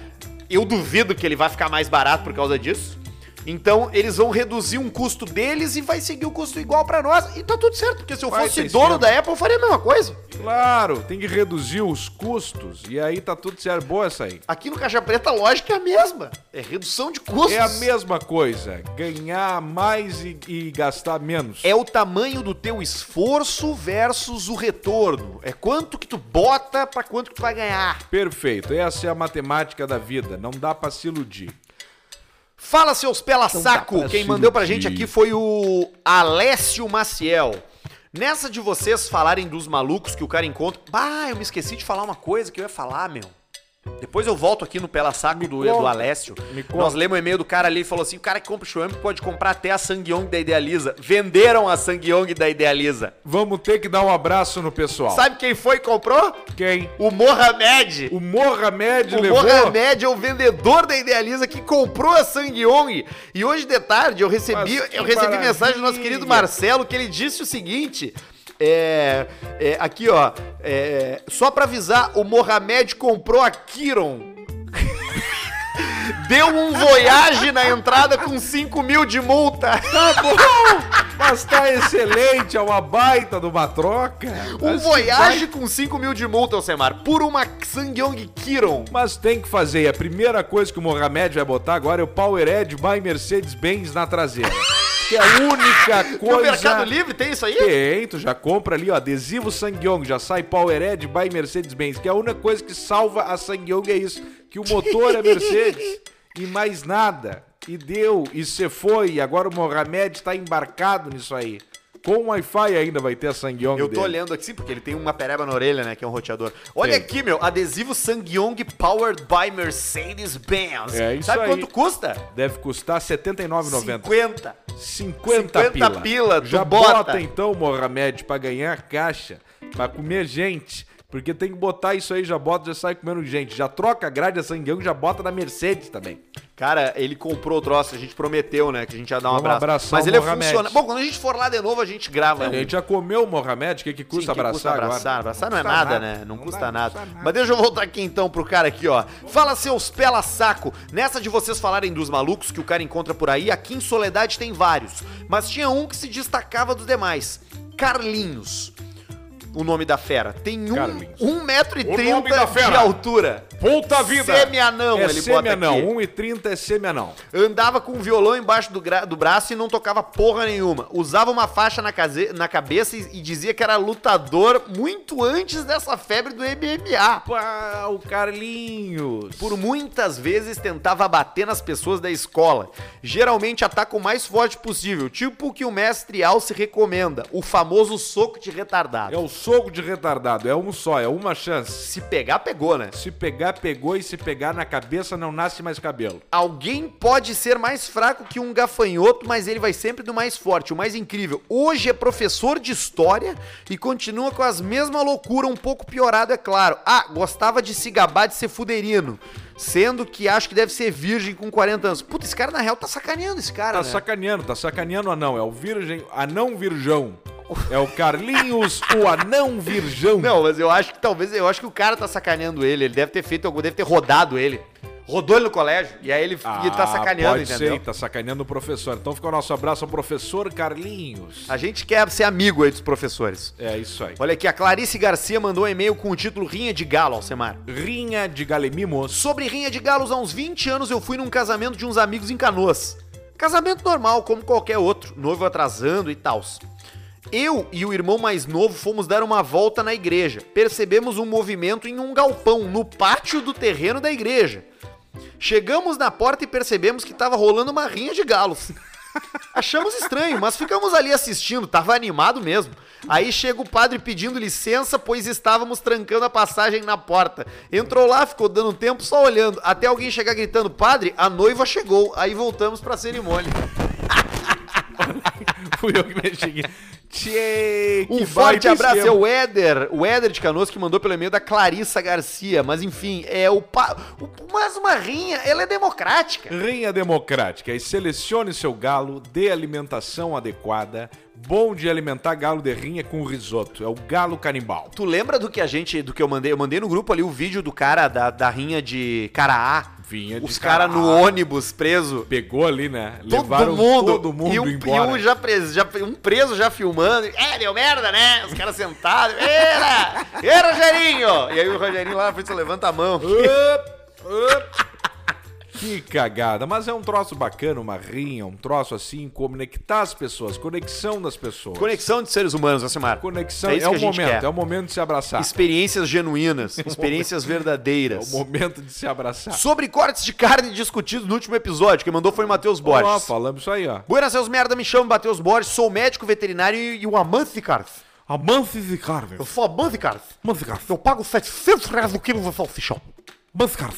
S2: Eu duvido que ele vai ficar mais barato por causa disso. Então, eles vão reduzir um custo deles e vai seguir o custo igual para nós. E tá tudo certo, porque se eu
S1: Vai
S2: fosse
S1: ter
S2: dono
S1: esquema.
S2: da Apple, eu faria a mesma coisa.
S1: Claro, tem que reduzir os custos. E aí tá tudo certo. Boa essa aí.
S2: Aqui no Caixa Preta, a lógica é a mesma. É redução de custos.
S1: É a mesma coisa, ganhar mais e, e gastar menos.
S2: É o tamanho do teu esforço versus o retorno. É quanto que tu bota para quanto que tu vai ganhar.
S1: Perfeito, essa é a matemática da vida, não dá pra se iludir.
S2: Fala, seus pela saco!
S1: Então pra
S2: Quem
S1: se
S2: mandou pra gente
S1: iludir.
S2: aqui foi o Alessio Maciel. Nessa de vocês falarem dos malucos que o cara encontra. Bah, eu me esqueci de falar uma coisa que eu ia falar, meu. Depois eu volto aqui no Pela Saco do,
S1: conta.
S2: do Alessio.
S1: Me conta.
S2: Nós lemos o e-mail do cara ali e falou assim: o cara que compra o Xiaomi pode comprar até a Sangyong da Idealiza. Venderam a Sangyong da Idealiza.
S1: Vamos ter que dar um abraço no pessoal.
S2: Sabe quem foi que comprou?
S1: Quem?
S2: O Mohamed!
S1: O Mohamed
S2: O
S1: levou.
S2: Mohamed é o vendedor da Idealiza que comprou a Sangyong. E hoje de tarde eu recebi,
S1: Mas que
S2: eu recebi
S1: maravilha.
S2: mensagem do nosso querido Marcelo que ele disse o seguinte. É, é, aqui ó, é, só pra avisar, o Mohamed comprou a Kiron. (laughs) Deu um voyage na entrada com 5 mil de multa.
S1: Tá bom! Mas tá excelente, é uma baita de uma troca.
S2: Um
S1: Mas que
S2: voyage com 5 mil de multa, Alcemar, por uma Sangyong Kiron.
S1: Mas tem que fazer. E a primeira coisa que o Mohamed vai botar agora é o Power Edge by Mercedes-Benz na traseira. que é a
S2: (laughs)
S1: única coisa.
S2: No um é Mercado Livre tem isso aí?
S1: Tem, tu já compra ali, ó, adesivo Sangyong, já sai Power Edge by Mercedes-Benz, que é a única coisa que salva a Sangyong é isso, que o motor é Mercedes e mais nada. E deu, e você foi, e agora o Mohamed tá embarcado nisso aí. Com Wi-Fi ainda vai ter a Sangyong
S2: Eu tô
S1: dele.
S2: olhando aqui, sim, porque ele tem uma pereba na orelha, né? Que é um roteador. Olha
S1: Tem.
S2: aqui, meu, adesivo Sangyong Powered by Mercedes-Benz.
S1: É isso
S2: Sabe
S1: aí.
S2: quanto custa?
S1: Deve custar R$ 79,90.
S2: 50.
S1: 50,
S2: 50
S1: pila.
S2: pila, tu
S1: Já
S2: bota.
S1: bota, então, Mohamed, pra ganhar caixa, pra comer gente. Porque tem que botar isso aí, já bota, já sai comendo gente. Já troca a grade a sangueão já bota na Mercedes também.
S2: Cara, ele comprou o troço, a gente prometeu, né? Que a gente ia dar um
S1: Vamos
S2: abraço.
S1: abraçar
S2: Mas
S1: o
S2: ele é
S1: Mohamed.
S2: funcionário. Bom, quando a gente for lá de novo, a gente grava.
S1: A
S2: um-
S1: gente já comeu o Mohamed, o que, que custa
S2: Sim, que
S1: abraçar agora?
S2: abraçar, abraçar não, é
S1: custa
S2: nada,
S1: nada,
S2: né? Não,
S1: não
S2: custa
S1: dá, não
S2: nada.
S1: custa nada.
S2: Mas deixa eu voltar aqui então pro cara aqui, ó. Fala seus pela saco. Nessa de vocês falarem dos malucos que o cara encontra por aí, aqui em Soledade tem vários, mas tinha um que se destacava dos demais. Carlinhos. o nome da fera. Tem um,
S1: Carlinhos.
S2: 1,30m
S1: O nome da
S2: de
S1: fera.
S2: altura.
S1: Puta vida!
S2: Semi-anão,
S1: é
S2: ele bota
S1: semi-anão.
S2: aqui.
S1: 1,30 é semi-anão.
S2: Andava com um violão embaixo do, gra- do braço e não tocava porra nenhuma. Usava uma faixa na, case- na cabeça e, e dizia que era lutador muito antes dessa febre do MMA.
S1: Pá, o Carlinhos.
S2: Por muitas vezes tentava bater nas pessoas da escola. Geralmente ataca o mais forte possível, tipo o que o mestre Alce recomenda, o famoso soco de retardado.
S1: É o soco de retardado. É um só, é uma chance.
S2: Se pegar, pegou, né?
S1: Se pegar, pegou. E se pegar na cabeça, não nasce mais cabelo.
S2: Alguém pode ser mais fraco que um gafanhoto, mas ele vai sempre do mais forte, o mais incrível. Hoje é professor de história e continua com as mesmas loucuras, um pouco piorado, é claro. Ah, gostava de se gabar de ser fuderino, sendo que acho que deve ser virgem com 40 anos. Puta, esse cara na real tá sacaneando esse cara,
S1: Tá
S2: né?
S1: sacaneando, tá sacaneando o anão. É o virgem, anão virgão. É o Carlinhos, o anão virgão.
S2: Não, mas eu acho que talvez, eu acho que o cara tá sacaneando ele, ele deve ter feito algum, deve ter rodado ele. Rodou ele no colégio e aí ele, e tá sacaneando,
S1: Ah, pode
S2: entendeu?
S1: Ser, tá sacaneando o professor. Então fica o nosso abraço ao professor Carlinhos.
S2: A gente quer ser amigo aí dos professores.
S1: É isso aí.
S2: Olha aqui, a Clarice Garcia mandou um e-mail com o título Rinha de Galo, Alcemar.
S1: Rinha de Galemimos.
S2: Sobre Rinha de Galos, há uns 20 anos eu fui num casamento de uns amigos em Canoas. Casamento normal, como qualquer outro, noivo atrasando e tal. Eu e o irmão mais novo fomos dar uma volta na igreja. Percebemos um movimento em um galpão, no pátio do terreno da igreja. Chegamos na porta e percebemos que tava rolando uma rinha de galos. Achamos estranho, mas ficamos ali assistindo, tava animado mesmo. Aí chega o padre pedindo licença, pois estávamos trancando a passagem na porta. Entrou lá, ficou dando tempo só olhando, até alguém chegar gritando: Padre, a noiva chegou. Aí voltamos pra cerimônia.
S1: (laughs) Fui eu que mexi. Tchê,
S2: Um
S1: que
S2: forte
S1: baita
S2: abraço, é
S1: esquema.
S2: o Éder, o Éder de Canoas que mandou pelo e-mail da Clarissa Garcia. Mas enfim, é o. Pa... o- Mas uma rinha, ela é democrática.
S1: Rinha Democrática. E selecione seu galo, dê alimentação adequada. Bom de alimentar galo de rinha com risoto. É o galo canibal.
S2: Tu lembra do que a gente, do que eu mandei? Eu mandei no grupo ali o vídeo do cara da, da rinha de Caraá.
S1: Vinha de
S2: Os caras no
S1: caralho.
S2: ônibus preso.
S1: Pegou ali, né?
S2: Todo
S1: Levaram
S2: mundo,
S1: todo mundo
S2: e um,
S1: embora.
S2: E um, já preso, já, um preso já filmando. É, deu merda, né? Os caras sentados. Era! Era, Rogerinho! E aí o Rogerinho lá na frente só levanta a mão.
S1: Que cagada, mas é um troço bacana, uma rinha, um troço assim, conectar as pessoas, conexão das pessoas.
S2: Conexão de seres humanos, Alcimar.
S1: Conexão
S2: É
S1: é,
S2: isso que
S1: o
S2: a gente
S1: momento,
S2: quer.
S1: é o momento de se abraçar. (laughs)
S2: Experiências genuínas, experiências
S1: É o
S2: verdadeiras.
S1: momento de se abraçar.
S2: Sobre cortes de carne discutidos no último episódio, quem mandou foi o Matheus Borges.
S1: Ó, falamos isso aí, ó.
S2: Buenas, seus merda, me chamo Matheus Borges, sou médico veterinário e, e o amante, cara.
S5: Amantes de carne.
S2: Eu sou amante, cara.
S5: Amantes de carne.
S2: Eu pago 700 reais o quilo do salsichão.
S5: Amantes de carne.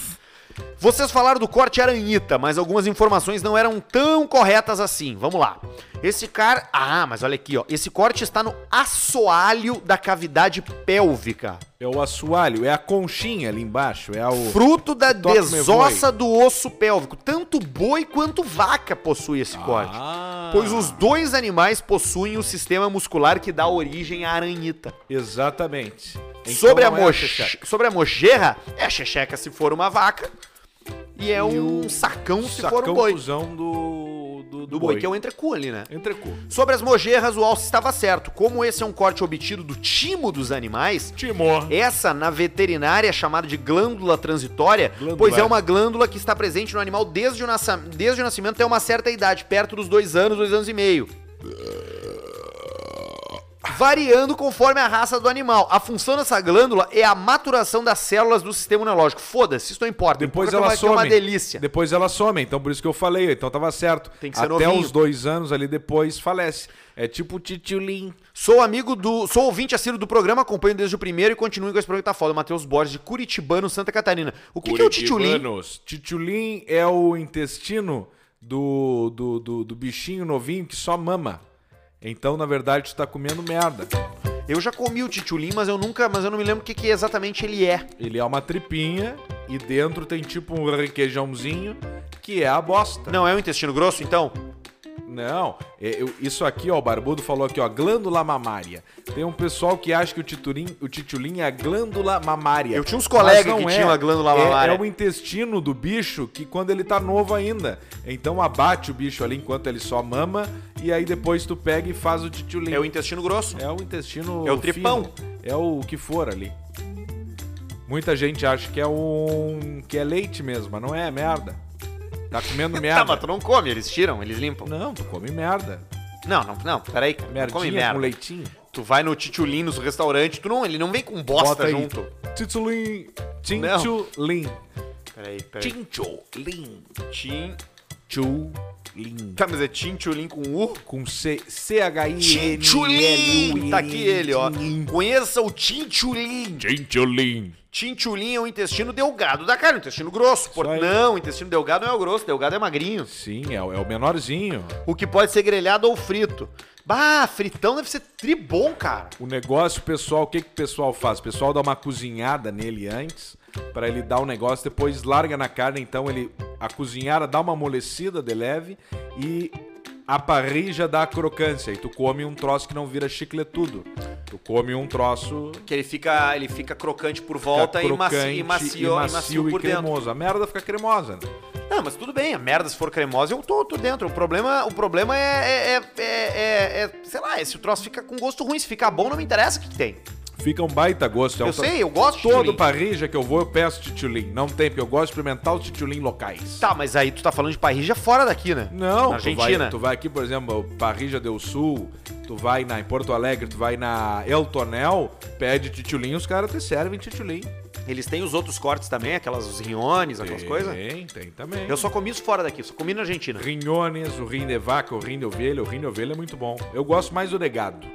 S2: Vocês falaram do corte Aranhita, mas algumas informações não eram tão corretas assim. Vamos lá. Esse cara. Ah, mas olha aqui, ó. Esse corte está no assoalho da cavidade pélvica.
S1: É o assoalho, é a conchinha ali embaixo, é o...
S2: Fruto da
S1: Toque meu
S2: desossa do osso pélvico. Tanto boi quanto vaca possui esse corte.
S1: Ah.
S2: Pois os dois animais possuem o sistema muscular que dá origem à aranhita.
S1: Exatamente. Então
S2: sobre, a
S1: não é
S2: moche...
S1: checheca.
S2: sobre a mocherra, é a checheca se for uma vaca. E é um sacão se for um
S1: Sacão
S2: boi.
S1: cuzão do, do,
S2: Do boi, que é o entrecu ali, né?
S1: Entrecu.
S2: Sobre as mojerras, o Alce estava certo. Como esse é um corte obtido do timo dos animais,
S1: Timor.
S2: essa na veterinária é chamada de glândula transitória, pois é uma glândula que está presente no animal desde o, nasce- desde o nascimento até uma certa idade, perto dos dois anos, dois anos e meio. Variando conforme a raça do animal. A função dessa glândula é a maturação das células do sistema imunológico. Foda-se, isso não importa.
S1: Depois
S2: Importa que
S1: ela
S2: vai ter
S1: some.
S2: uma delícia.
S1: Depois ela some, então por isso que eu falei, então tava certo.
S2: Tem que ser
S1: Até
S2: novinho.
S1: os dois anos ali depois falece. É tipo o titiulim.
S2: Sou amigo do. Sou ouvinte assíduo do programa, acompanho desde o primeiro e continuo com esse programa que tá foda. Matheus Borges, de Curitibano, Santa Catarina. O que, que é o titiulim?
S1: Curitibanos. Titiulim é o intestino do, do, do, do bichinho novinho que só mama. Então, na verdade, tu tá comendo merda.
S2: Eu já comi o titiulim, mas eu nunca. Mas eu não me lembro o que, que exatamente ele é.
S1: Ele é uma tripinha e dentro tem tipo um requeijãozinho que é a bosta.
S2: Não é o intestino grosso, então?
S1: Não, é, eu- isso aqui, ó, o Barbudo falou aqui, ó, glândula mamária. Tem um pessoal que acha que o, titulim, o titulim é a glândula mamária.
S2: Eu tinha uns colegas
S1: Mas não
S2: que tinham a glândula mamária.
S1: É, é o intestino do bicho que quando ele tá novo ainda. Então abate o bicho ali enquanto ele só mama e aí depois tu pega e faz o titulim.
S2: É o intestino grosso.
S1: É o intestino.
S2: É o tripão.
S1: fino. é o que for ali. Muita gente acha que é um. que é leite mesmo, mas não é, é merda. Tá
S2: (laughs)
S1: comendo
S2: Tá,
S1: merda.
S2: mas tu não come, eles tiram, eles limpam.
S1: Não, tu come merda.
S2: Não, não, não, peraí, cara, não
S1: Merdinha
S2: come merda.
S1: com leitinho.
S2: Tu vai no Titiulim, nos restaurantes, tu não, ele não vem com bosta
S1: Bota aí.
S2: junto.
S1: Titulim.
S2: Não.
S1: Tintulim.
S2: Peraí, peraí.
S1: Tintulim.
S2: Tim.
S1: Tchulim.
S2: Tá, mas é Titiulim com U?
S1: Com C, C H I
S2: Titiulim!
S1: N
S2: Tá aqui ele, ó. Conheça o Titiulim.
S1: Tchulim.
S2: Tintulin é o intestino delgado da carne, o intestino grosso. Por...
S1: aí.
S2: Não, o intestino delgado não é o grosso, delgado é magrinho.
S1: Sim, é, o- é o menorzinho.
S2: O que pode ser grelhado ou frito. Bah, fritão deve ser tribom, cara.
S1: O negócio, pessoal, o que, que o pessoal faz? O pessoal dá uma cozinhada nele antes, pra ele dar o negócio, depois larga na carne, então ele a cozinhada dá uma amolecida de leve e a parrija dá a crocância. E tu come um troço que não vira chicletudo. Tu come um troço
S2: Que ele fica, ele fica crocante por
S1: que
S2: volta
S1: é
S2: e, macio,
S1: crocante
S2: e macio, e macio
S1: e
S2: por dentro.
S1: cremoso. A merda fica cremosa. né?
S2: Não, mas tudo bem, a merda se for cremosa, eu tô, tô dentro. O problema, o problema é, é, é- é- é- é- sei lá, é se o troço fica com gosto ruim, se ficar bom, não me interessa o que, que tem.
S1: Fica um baita gosto. é um
S2: eu
S1: troço-
S2: sei, eu gosto de
S1: Todo
S2: tchulim.
S1: parrija que eu vou, eu peço titulim. Não tem, porque eu gosto de experimentar os titulim locais.
S2: Tá, mas aí tu tá falando de parrija fora daqui, né?
S1: Não,
S2: Na
S1: Tu,
S2: Argentina.
S1: vai, tu vai aqui, por exemplo, Parrija del Sul, tu vai na, em Porto Alegre, tu vai na El Tonel, pede titulim, os caras te servem titulim.
S2: Eles têm os outros cortes também, aquelas os riones, aquelas
S1: É.
S2: coisas.
S1: Tem, tem também.
S2: Eu só comi isso fora daqui, só comi na Argentina.
S1: Rinhones, o rim de vaca, o rim de ovelha, o rim de ovelha é muito bom. Eu gosto mais do de gado.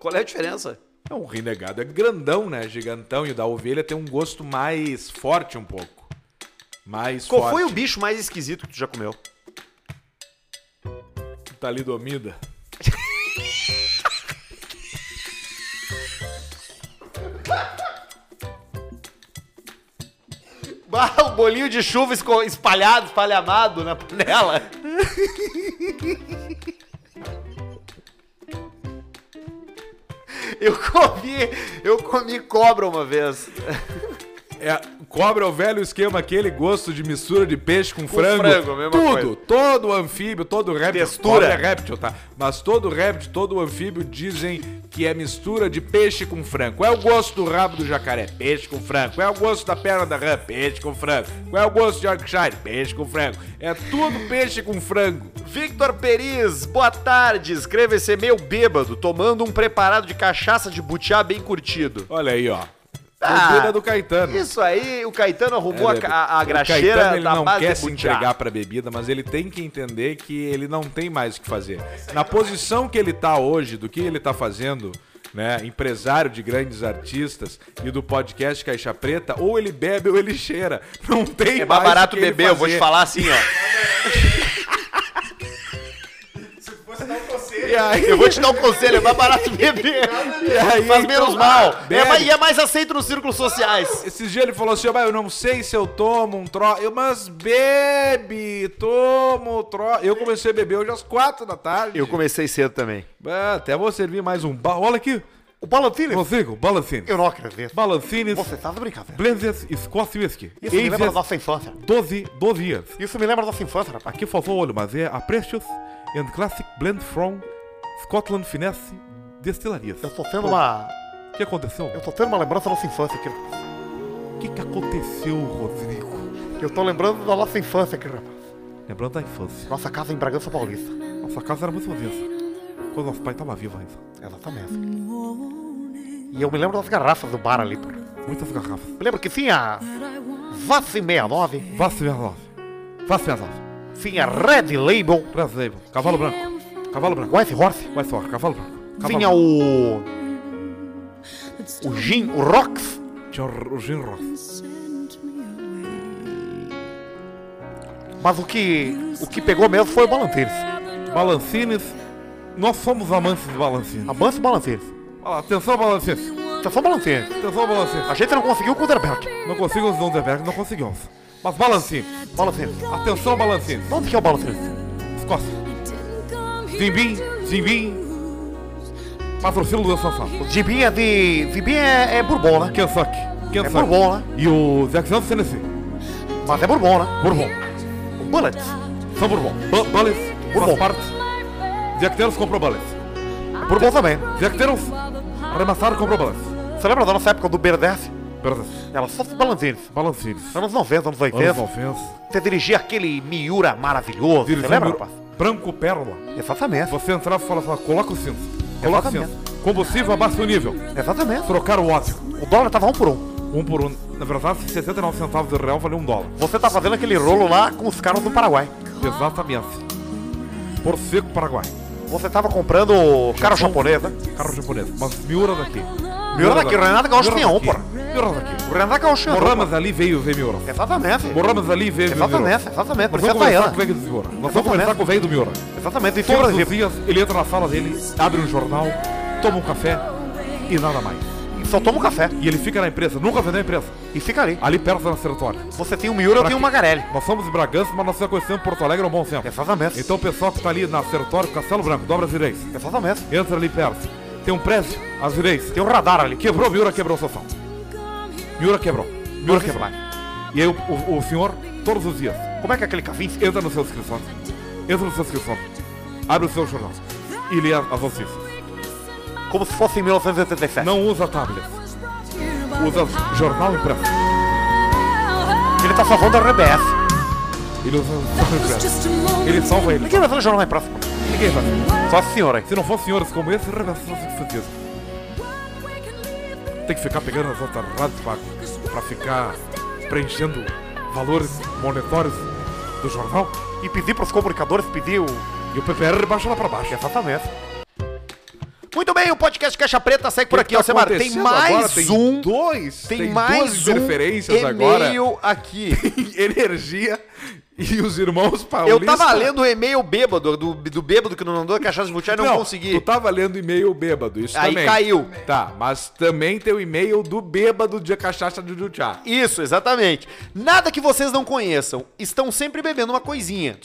S2: Qual é a diferença?
S1: Não, o rim de gado é grandão, né? Gigantão. E o da ovelha tem um gosto mais forte um pouco. Mais
S2: Qual
S1: forte.
S2: foi o bicho mais esquisito que tu já comeu?
S1: Tá Talidomida.
S2: (laughs) Bah, o bolinho de chuva esco- espalhado, espalhamado na panela. (laughs) Eu comi, eu comi cobra uma vez.
S1: É, cobra é o velho esquema, aquele gosto de mistura de peixe com, frango.
S2: frango, a mesma
S1: tudo,
S2: coisa.
S1: todo anfíbio, todo réptil.
S2: Textura.
S1: Cobra é réptil, tá? Mas todo réptil, todo anfíbio dizem que é mistura de peixe com frango. Qual é o gosto do rabo do jacaré? Peixe com frango. Qual é o gosto da perna da rã? Peixe com frango. Qual é o gosto de Yorkshire? Peixe com frango. É tudo peixe com frango.
S2: Victor Peris, boa tarde. Escreva esse e-mail bêbado, tomando um preparado de cachaça de butiá bem curtido.
S1: Olha aí, ó.
S2: Ah,
S1: Bebida do Caetano.
S2: Isso aí, o Caetano arrumou
S1: É,
S2: a, a, a
S1: o
S2: graxeira
S1: Caetano, ele
S2: da
S1: não
S2: base
S1: quer
S2: de
S1: se
S2: butiá.
S1: entregar pra bebida, mas ele tem que entender que ele não tem mais o que fazer. Na posição que ele tá hoje, do que ele tá fazendo, né, empresário de grandes artistas e do podcast Caixa Preta, ou ele bebe ou ele cheira. Não tem
S2: É
S1: mais
S2: mais barato
S1: o que ele
S2: beber, eu vou te
S1: fazer.
S2: falar assim, ó.
S1: E aí,
S2: Eu vou te dar um conselho, é mais barato beber. Faz
S1: então,
S2: menos mal. É,
S1: bebe.
S2: mais- e é mais aceito nos círculos sociais.
S1: Esses dias ele falou assim, ó, "Bah, eu não sei se eu tomo um tro... Eu, mas bebe, tomo tro... Eu comecei a beber hoje às quatro da tarde.
S2: comecei cedo também.
S1: Ah, até vou servir mais um... ba- Olha aqui,
S2: O Balantini?
S1: Rodrigo, Balancines.
S2: Eu não acredito.
S1: Balancines,
S2: tá de brincadeira.
S1: Blenders e Scotch Whisky.
S2: Isso me lembra da
S1: Aces,
S2: nossa infância.
S1: 12, 12 years.
S2: Isso me lembra da nossa infância, rapaz.
S1: Aqui faltou olho, mas é a Precious and Classic Blend from Scotland Finesse Destilarias.
S2: Eu tô tendo uma.
S1: O que aconteceu?
S2: Eu tô tendo uma lembrança da nossa infância aqui. rapaz.
S1: O que, que aconteceu, Rodrigo?
S2: Eu tô lembrando da nossa infância aqui, rapaz.
S1: Lembrando da infância.
S2: Nossa casa em Bragança Paulista.
S1: Nossa casa era muito bonita. Quando nosso pai tava vivo ainda.
S2: Exatamente. E eu me lembro das garrafas do bar ali. cara.
S1: Muitas garrafas.
S2: Eu lembro que tinha Vassi 69,
S1: Vá se minhas nove. Vá se minhas nove.
S2: tinha Red Label,
S1: Brass Label. Cavalo branco. Cavalo branco.
S2: White Horse,
S1: Vai só, cavalo branco. Cavalo
S2: tinha o. O Gin, o Rocks.
S1: branco. Tinha o o Gin Ross.
S2: Mas o que, o que pegou mesmo foi o Balantires.
S1: Balancines. Nós somos amantes de Balancines.
S2: Avanço Balantires.
S1: Olha lá, atenção, Balancines.
S2: Isso é só Balantires.
S1: Atenção, Balancins.
S2: A gente não conseguiu com o Derberg.
S1: Não consigo os Dunderberg, não conseguimos. Mas Balancins.
S2: Balantires.
S1: Atenção, Balancins.
S2: Onde que é o Balantires?
S1: Escócia. Zimbim, Zimbim. Patrocínio do Sansá.
S2: O Jibim é de... Jibim é, é Bourbon, né?
S1: Kentucky.
S8: É
S1: Kentucky.
S2: Bourbon, né?
S1: E o Jackson Tennessee.
S2: Mas é Bourbon, né?
S1: Bourbon.
S2: O Bullets.
S1: São Bourbon. Ba Balles.
S2: Bourbon.
S1: Faz parte. Jack Daniels comprou Balles.
S2: Bourbon também.
S1: Jack Daniels. Remassar comprou Balles.
S8: Você lembra da nossa época do BRDF?
S1: Perdão.
S8: Era só os balancines.
S1: Balancines.
S8: Anos 90, anos 80.
S1: Anos 90.
S8: Você dirigia aquele Miura maravilhoso. Você
S1: Dirigindo
S8: lembra, rapaz?
S1: Branco Pérola.
S8: Exatamente.
S1: Você entrava e falava, coloca o cinto. Coloca o cinto.
S8: Exatamente.
S1: Combustível abaixa o nível.
S8: Exatamente.
S1: Trocar o ócio.
S8: O dólar tava um por um.
S1: Um por um. Na verdade, 69 centavos de real valia um dólar.
S8: Você tá fazendo aquele rolo lá com os caras do Paraguai.
S1: Exatamente. Por seco Paraguai.
S8: Você tava comprando o carro japonês, né?
S1: Carro japonês. Mas Miura daqui.
S8: Miura daqui, Renato Gaúcho tem um, porra.
S1: Miura daqui.
S8: O Renato Gaúcho é
S1: Morramos ali, veio ver Miura.
S8: Exatamente.
S1: Morramos ali, veio ver Miura.
S8: Exatamente,
S1: Nós
S8: exatamente. Por isso é
S1: vamos conversar
S8: baiana.
S1: com o velho do Miura. Nós vamos
S8: Exatamente.
S1: conversar com o velho do Miura.
S8: Exatamente. E fibra
S1: Todos
S8: de
S1: os dias ele entra na sala dele, abre um jornal, toma um café e nada mais.
S8: Só toma um café
S1: E ele fica na empresa, nunca vendeu a empresa.
S8: e fica ali.
S1: Ali perto da Sertória.
S8: Você tem um Miura, eu
S1: Pra
S8: tenho um
S1: quê?
S8: Magarelli.
S1: Nós somos de Bragança, mas nós já conhecemos Porto Alegre há um bom tempo.
S8: Exatamente.
S1: Então o pessoal que tá ali na Sertório, Castelo Branco, dobra as direitas.
S8: Exatamente.
S1: Entra ali perto. Tem um prédio às direitas.
S8: Tem um radar ali.
S1: Quebrou, Miura quebrou o sofá. Miura quebrou. Miura quebrou. E aí o, o- o senhor, todos os dias,
S8: Como é que é aquele Kavinsky?
S1: entra no seu escritório. Entra no seu escritório. Abre o seu jornal. E lê as notícias.
S8: Como se fosse em 1987.
S1: Não usa tablet. Usa jornal impresso.
S8: Ele tá salvando a RBS.
S1: Ele usa jornal impresso. Ele
S7: Ele só
S1: salva ele.
S8: Ninguém vai fazer jornal mais próximo.
S1: Ninguém faz.
S8: Só esse senhor aí.
S1: Se não fossem senhores como esse, revelação de certeza. Tem que ficar pegando as outras rádios pra, pra ficar preenchendo valores monetários do jornal.
S8: E pedir pros comunicadores, pedir o...
S1: E o PPR baixa lá pra baixo.
S8: Exatamente. Muito bem, o podcast Caixa Preta segue por aqui, ó, Semar. Tem
S1: tá acontecendo
S8: mais
S1: agora? Tem
S8: um.
S1: Dois,
S8: Tem, mais
S1: duas
S8: um
S1: interferências agora.
S8: e-mail aqui.
S1: (laughs) Energia e os irmãos
S2: Eu
S1: paulistas.
S2: tava lendo o e-mail bêbado, do, do bêbado que não andou a cachaça de boteiro e não, consegui.
S1: Tu tá- tava lendo e-mail bêbado, isso
S2: Aí
S1: também.
S2: caiu.
S1: Tá, mas também tem o e-mail do bêbado de cachaça de Jutá.
S2: Isso, exatamente. Nada que vocês não conheçam. Estão sempre bebendo uma coisinha.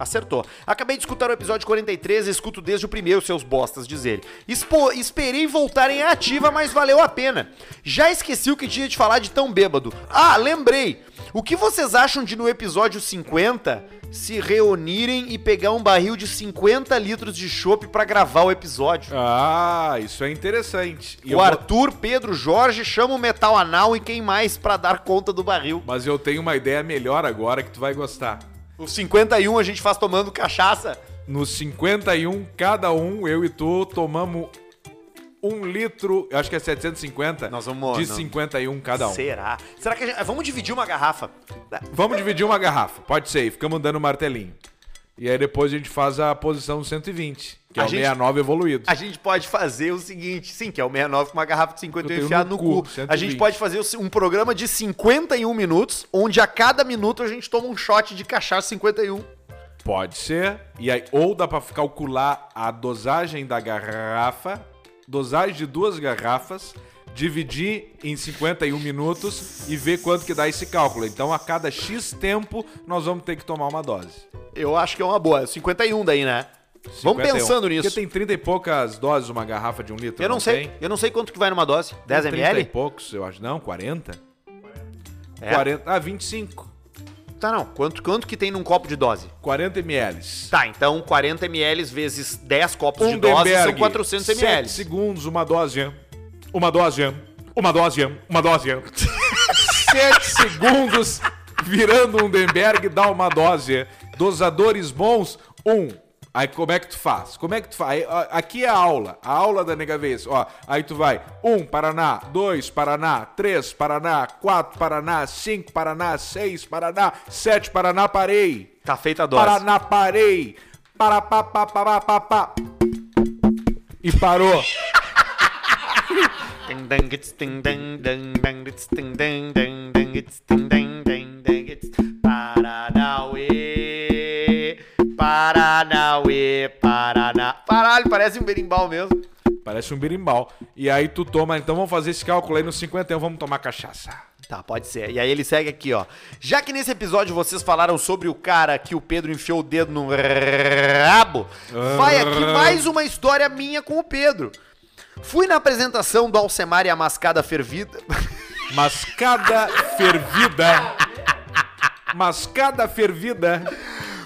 S2: Acertou. Acabei de escutar o episódio 43 e escuto desde o primeiro, seus bostas, diz ele. Expo- esperei voltarem à ativa, mas valeu a pena. Já esqueci o que tinha de falar de tão bêbado. Ah, lembrei. O que vocês acham de no episódio 50 se reunirem e pegar um barril de 50 litros de chopp pra gravar o episódio?
S1: Ah, isso é interessante. E eu
S2: o
S1: vou-
S2: Arthur, Pedro, Jorge, chama o Metal Anal e quem mais pra dar conta do barril?
S1: Mas eu tenho uma ideia melhor agora que tu vai gostar.
S2: Os 51 a gente faz tomando cachaça.
S1: Nos 51, cada um, eu e tu, tomamos um litro, eu acho que é 750,
S2: Nós vamos-
S1: de
S2: não.
S1: 51 cada um.
S2: Será? Será que a gente... Vamos dividir uma garrafa.
S1: Vamos dividir uma garrafa, pode ser, e ficamos dando martelinho. E aí depois a gente faz a posição 120, que é
S2: A
S1: o
S2: gente-
S1: 69 evoluído.
S2: A gente pode fazer o seguinte, sim, que é o 69 com uma garrafa de 51
S1: Eu tenho
S2: enfiada
S1: no
S2: no, cu.
S1: cu, 120.
S2: A gente pode fazer um programa de 51 minutos, onde a cada minuto a gente toma um shot de cachaça 51.
S1: Pode ser. E aí, ou dá pra calcular a dosagem da garrafa, dosagem de duas garrafas, dividir em 51 minutos e ver quanto que dá esse cálculo. Então, a cada X tempo, nós vamos ter que tomar uma dose.
S2: Eu acho que é uma boa. 51 daí, né?
S1: 51.
S2: Vamos pensando
S1: Porque
S2: nisso.
S1: tem 30 e poucas doses uma garrafa de um litro.
S2: Eu não, sei.
S1: Tem?
S2: Eu não sei quanto que vai numa dose. 10
S1: Tem 30 e
S2: ml?
S1: poucos, eu acho. Não, 40?
S2: É.
S1: 40 ah, 25.
S2: Tá, não. Quanto, quanto que tem num copo de dose?
S1: 40 ml.
S2: Tá, então 40 ml vezes 10 copos de dose são
S1: Hundenberg,
S2: 400
S1: Um sete
S2: ml.
S1: segundos, uma dose. Uma dose. Uma dose. Uma dose.
S2: (laughs)
S1: 7 segundos virando um Demberg dá uma dose. Dosadores bons, um. Aí como é que tu faz? Como é que tu faz? Aí, ó, Aqui é a aula, a aula da nega vez. Ó, aí tu vai um Paraná, dois Paraná, três Paraná, quatro Paraná, cinco Paraná, seis Paraná, sete Paraná, parei.
S2: Tá feita a dose.
S1: Paraná, parei. Para, pa, pa, pa, pa, pa, pa. E parou.
S2: Paranauê, Paranauê, Paraná. Paralho, parece um berimbau mesmo.
S1: Parece um birimbau. E aí tu toma, então vamos fazer esse cálculo aí no 51, vamos tomar cachaça.
S2: Tá, pode ser. E aí ele segue aqui, ó. Já que nesse episódio vocês falaram sobre o cara que o Pedro enfiou o dedo no rabo, vai aqui mais uma história minha com o Pedro. Fui na apresentação do Alcemar e a Mascada Fervida. (laughs)
S1: Mascada fervida. Mascada fervida.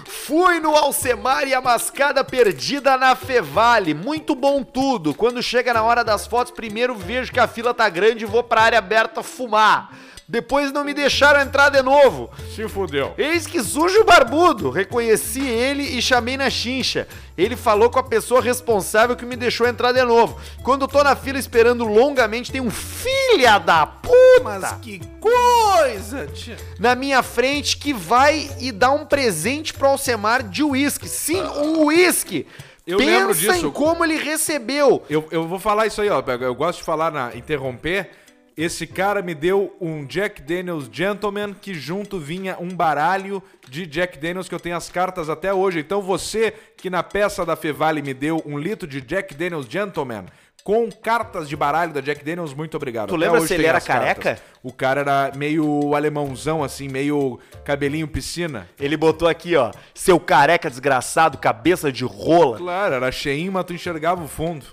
S2: Fui no Alcemar e a mascada perdida na Fevale. Muito bom tudo. Quando chega na hora das fotos, primeiro vejo que a fila tá grande e vou pra área aberta fumar. Depois não me deixaram entrar de novo.
S1: Se fudeu.
S2: Eis que surge o barbudo. Reconheci ele e chamei na chincha. Ele falou com a pessoa responsável que me deixou entrar de novo. Quando eu tô na fila esperando longamente, tem um filha da puta
S5: Mas que coisa, tia.
S2: na minha frente que vai e dá um presente pro Alcemar de uísque. Sim, um uísque.
S1: Ah. Eu
S2: Pensa
S1: lembro disso.
S2: em como ele recebeu.
S1: Eu, eu vou falar isso aí, ó. Pega, Eu gosto de falar na interromper. Esse cara me deu um Jack Daniels Gentleman que junto vinha um baralho de Jack Daniels que eu tenho as cartas até hoje. Então você que na peça da Fevale me deu um litro de Jack Daniels Gentleman com cartas de baralho da Jack Daniels, muito obrigado.
S2: Tu lembra
S1: hoje
S2: se ele
S1: tem
S2: era
S1: as cartas.
S2: careca?
S1: O cara era meio alemãozão assim, meio cabelinho piscina.
S2: Ele botou aqui, ó, seu careca desgraçado, cabeça de rola.
S1: Claro, era cheinho, mas tu enxergava o fundo.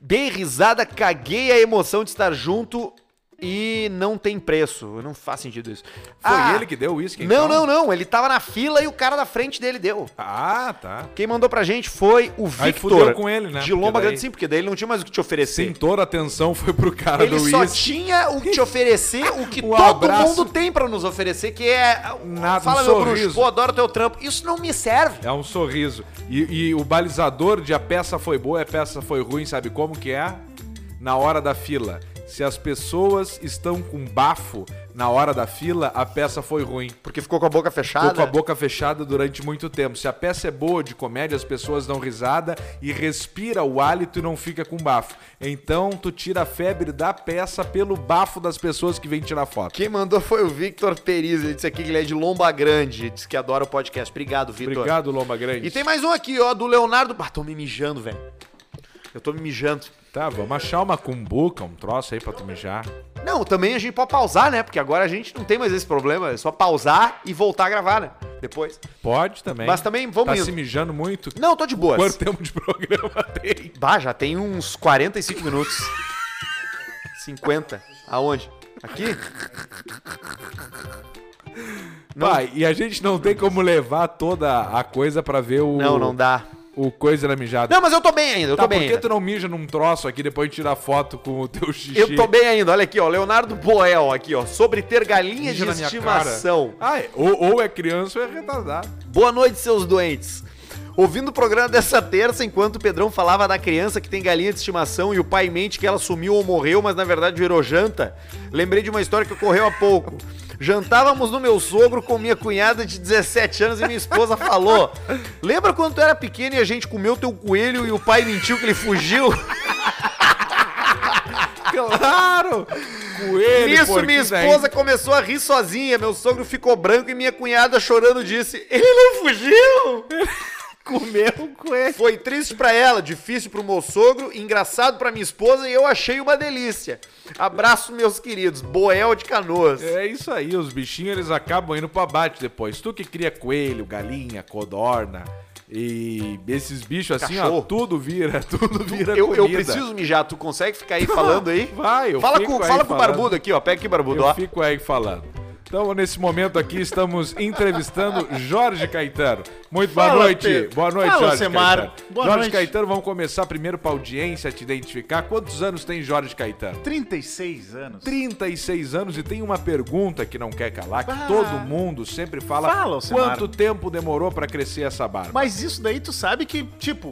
S2: Dei risada, caguei a emoção de estar junto e não tem preço. Não faz sentido isso.
S1: Foi
S2: Ah,
S1: ele que deu o uísque,
S2: Não,
S1: então?
S2: não, não. Ele tava na fila e o cara da frente dele deu.
S1: Ah, tá.
S2: Quem mandou pra gente foi o
S1: Aí
S2: Victor.
S1: fudeu com ele, né?
S2: De Lomba
S1: Porque daí-
S2: Grande, sim, porque daí ele não tinha mais o que te
S1: Sim,
S2: oferecer.
S1: toda a atenção foi pro cara
S2: Ele
S1: do
S2: só
S1: uísque.
S2: tinha o que te oferecer, o (laughs) que
S1: Um
S2: todo
S1: abraço.
S2: mundo tem pra nos oferecer, que é.
S1: Nada, um
S2: Fala, meu bruxo,
S1: sorriso.
S2: pô, adoro teu trampo. Isso não me serve.
S1: É um sorriso. E, e o balizador de a peça foi boa, a peça foi ruim, sabe como que é? Na hora da fila. Se as pessoas estão com bafo na hora da fila, a peça foi ruim.
S2: Porque ficou com a boca fechada.
S1: Ficou com a boca fechada durante muito tempo. Se a peça é boa de comédia, as pessoas dão risada e respira o hálito e não fica com bafo. Então tu tira a febre da peça pelo bafo das pessoas que vêm tirar foto.
S2: Quem mandou foi o Victor Periz. Ele disse aqui que ele é de Lomba Grande. Disse que adora o podcast. Obrigado, Victor.
S1: Obrigado, Lomba Grande.
S2: E tem mais um aqui, ó, do Leonardo. Ah, tô me mijando, velho. Eu tô me mijando.
S1: Tá, vamos achar uma cumbuca, um troço aí pra tu mijar.
S2: Não, também a gente pode pausar, né? Porque agora a gente não tem mais esse problema. É só pausar e voltar a gravar, né? Depois.
S1: Pode também.
S2: Mas também vamos
S1: Tá
S2: indo.
S1: se mijando muito.
S2: Não, tô de boas.
S1: Quanto tempo de programa (laughs) tem?
S2: Bah, já tem uns 45 minutos. 50. Aonde? Aqui? Não.
S1: Vai, e a gente não tem como levar toda a coisa pra ver o.
S2: Não, não dá.
S1: O coisa na mijada.
S2: Não, mas eu tô bem ainda, eu
S1: Uh. tá,
S2: tô bem né?
S1: por que tu
S2: ainda.
S1: não mija num troço aqui depois tira foto com o teu xixi?
S2: Eu tô bem ainda, olha aqui, ó. Leonardo Boel aqui, ó. Sobre ter galinha
S1: Mija
S2: de
S1: na minha
S2: estimação.
S1: cara. Ah, é. ou, ou é criança ou é
S2: (laughs)
S1: retardado.
S2: Boa noite, seus doentes. Ouvindo o programa dessa terça, enquanto o Pedrão falava da criança que tem galinha de estimação e o pai mente que ela sumiu ou morreu, mas na verdade virou janta, lembrei de uma história que ocorreu há pouco. Jantávamos no meu sogro com minha cunhada de 17 anos e minha esposa falou: Lembra quando tu era pequeno e a gente comeu teu coelho e o pai mentiu que ele fugiu?
S1: Claro! Coelho,
S2: Nisso,
S1: porquinho
S2: minha
S1: da
S2: esposa começou a rir sozinha. Meu sogro ficou branco e minha cunhada chorando disse: Ele não fugiu!
S1: (laughs) um
S5: Comeu com ele.
S2: Foi triste pra ela, difícil pro meu sogro, engraçado pra minha esposa e eu achei uma delícia. Abraço, meus queridos. Boel de Canoas.
S1: É isso aí, os bichinhos eles acabam indo pro abate depois. Tu que cria coelho, galinha, codorna e esses bichos assim, ó,
S2: Cachorro.
S1: tudo vira, (laughs) tudo vira
S2: Eu, eu
S1: comida.
S2: preciso mijar, tu consegue
S1: (laughs)
S2: ficar aí falando aí?
S1: Vai, eu
S2: fala
S1: fico
S2: com,
S1: aí
S2: fala com o
S1: falando.
S2: barbudo aqui, ó. Pega aqui, barbudo, ó.
S1: Eu fico aí falando. Então, nesse momento aqui, estamos entrevistando Jorge Caetano. Muito boa
S8: Fala,
S1: noite.
S8: Pedro.
S1: Boa noite,
S8: Fala,
S1: Jorge
S8: Semar.
S1: Caetano.
S8: Boa
S1: Jorge
S8: noite.
S1: Caetano, vamos começar primeiro pra audiência te identificar. Quantos anos tem Jorge Caetano?
S8: 36 anos.
S1: 36 anos e tem uma pergunta que não quer calar, que todo mundo sempre fala.
S8: Ah. Fala, Alcemar.
S1: quanto tempo demorou pra crescer essa barba?
S8: Mas isso daí tu sabe que, tipo,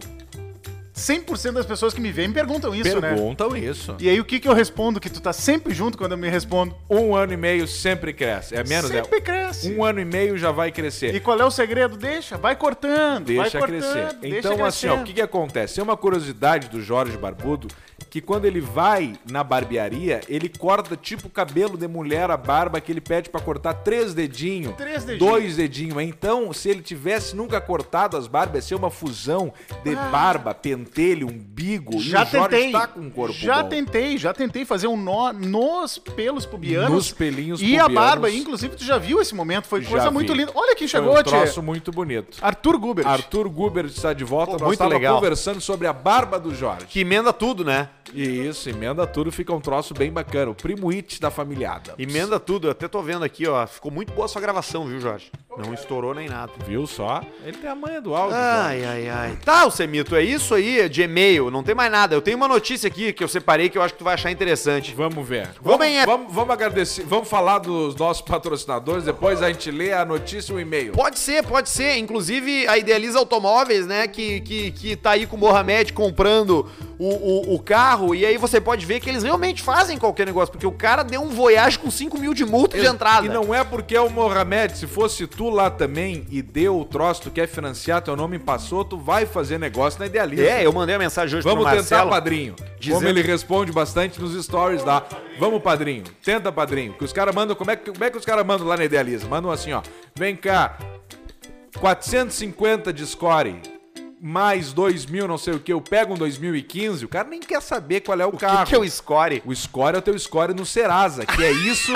S8: 100% das pessoas que me veem me perguntam isso, né?
S1: Perguntam isso.
S8: E aí o que que eu respondo? Que tu tá sempre junto quando eu me respondo.
S1: Um ano e meio sempre cresce. É menos, é.
S8: sempre cresce.
S1: Um ano e meio já vai crescer.
S8: E qual é o segredo? Deixa, vai cortando, vai
S1: Deixa
S8: cortando.
S1: crescer.
S8: deixa
S1: então, assim, ó, o
S8: crescendo.
S1: que, que acontece? É uma curiosidade do Jorge Barbudo que quando ele vai na barbearia, ele corta tipo o cabelo de mulher, a barba, que ele pede pra cortar três dedinhos,
S8: Três dedinhos.
S1: dois dedinhos. Então, se ele tivesse nunca cortado as barbas, ia ser uma fusão de barba, pentelho, umbigo.
S8: Ah. já
S1: e o Jorge
S8: tentei.
S1: tá com um corpo
S8: já
S1: bom.
S8: tentei, já tentei fazer um nó nos pelos pubianos.
S1: Nos pelinhos
S8: E a
S1: pubianos.
S8: barba, inclusive, tu já viu esse momento, foi
S1: Já
S8: coisa
S1: vi.
S8: muito linda. Olha quem
S1: Foi
S8: chegou,
S1: um
S8: tio.
S1: troço muito bonito.
S8: Arthur Gubert.
S1: Arthur Guber está de volta.
S2: Pô,
S1: Nós
S2: muito
S1: estávamos
S2: legal.
S1: conversando sobre a barba do Jorge.
S2: Que emenda tudo, né? né?
S1: Isso, emenda tudo, fica um troço bem bacana. O primo It da familiada.
S2: Emenda tudo, eu até tô vendo aqui, ó. Ficou muito boa a sua gravação, viu, Jorge? Não estourou nem nada.
S1: Viu só? Ele tem a manha do áudio. Jorge.
S2: Ai, ai, ai. Tá, Semito, é isso aí de e-mail. Não tem mais nada. Eu tenho uma notícia aqui que eu separei que eu acho que tu vai achar interessante.
S1: Vamos ver.
S2: Vamos
S1: Vamos,
S8: é-
S2: em- é-
S1: vamos, vamos agradecer. Vamos falar dos nossos patrocinadores. Depois a gente lê a notícia e o e-mail.
S2: Pode ser, pode ser. Inclusive, a Idealiza Automóveis, né, que, que, que tá aí com o Mohamed comprando o, o, o carro. E aí você pode ver que eles realmente fazem qualquer negócio, porque o cara deu um voyage com 5 mil de multa de entrada.
S1: E não é porque é o Mohamed, se fosse tu lá também e deu o troço, tu quer financiar, teu nome passou, tu vai fazer negócio na Idealista.
S2: É, eu mandei uma mensagem hoje
S1: Vamos
S2: pro
S1: tentar,
S2: Marcelo.
S1: padrinho. Como
S2: Dizendo-
S1: ele responde bastante nos stories lá. Vamos, padrinho. Tenta, padrinho. Que os caras mandam. Como é, que, como é que os caras mandam lá na Idealiza? Mandam assim, ó. Vem cá. 450 de score. Mais 2 mil, não sei o que. Eu pego um 2015. O cara nem quer saber qual é o,
S2: O
S1: carro.
S2: que, que é o score?
S1: O score é o teu score no Serasa, que é isso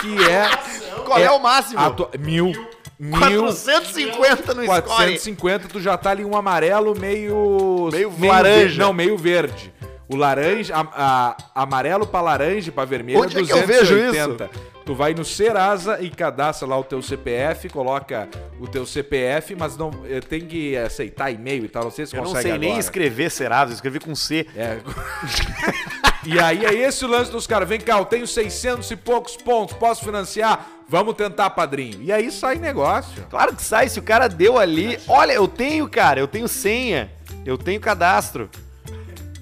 S1: que é.
S2: Qual é o máximo?
S1: atua- Mil. Mil.
S2: 450 no score.
S1: 450, tu já tá ali um amarelo meio.
S2: Meio laranja.
S1: verde- não, meio verde. O laranja, a- a- amarelo pra laranja e pra vermelho
S2: Onde é que eu vejo
S1: Tu vai no Serasa e cadastra lá o teu CPF, coloca o teu CPF, mas não eh, tem que aceitar e-mail e tal, não sei se
S2: Eu não
S1: consegue
S2: sei nem
S1: agora.
S2: escrever Serasa, eu escrevi com C.
S1: É. e aí é esse o lance dos caras. Vem cá, eu tenho 600 e poucos pontos, posso financiar? Vamos tentar, padrinho. E aí sai negócio.
S2: Claro que sai, se o cara deu ali. Olha, eu tenho, cara, eu tenho senha. Eu tenho cadastro.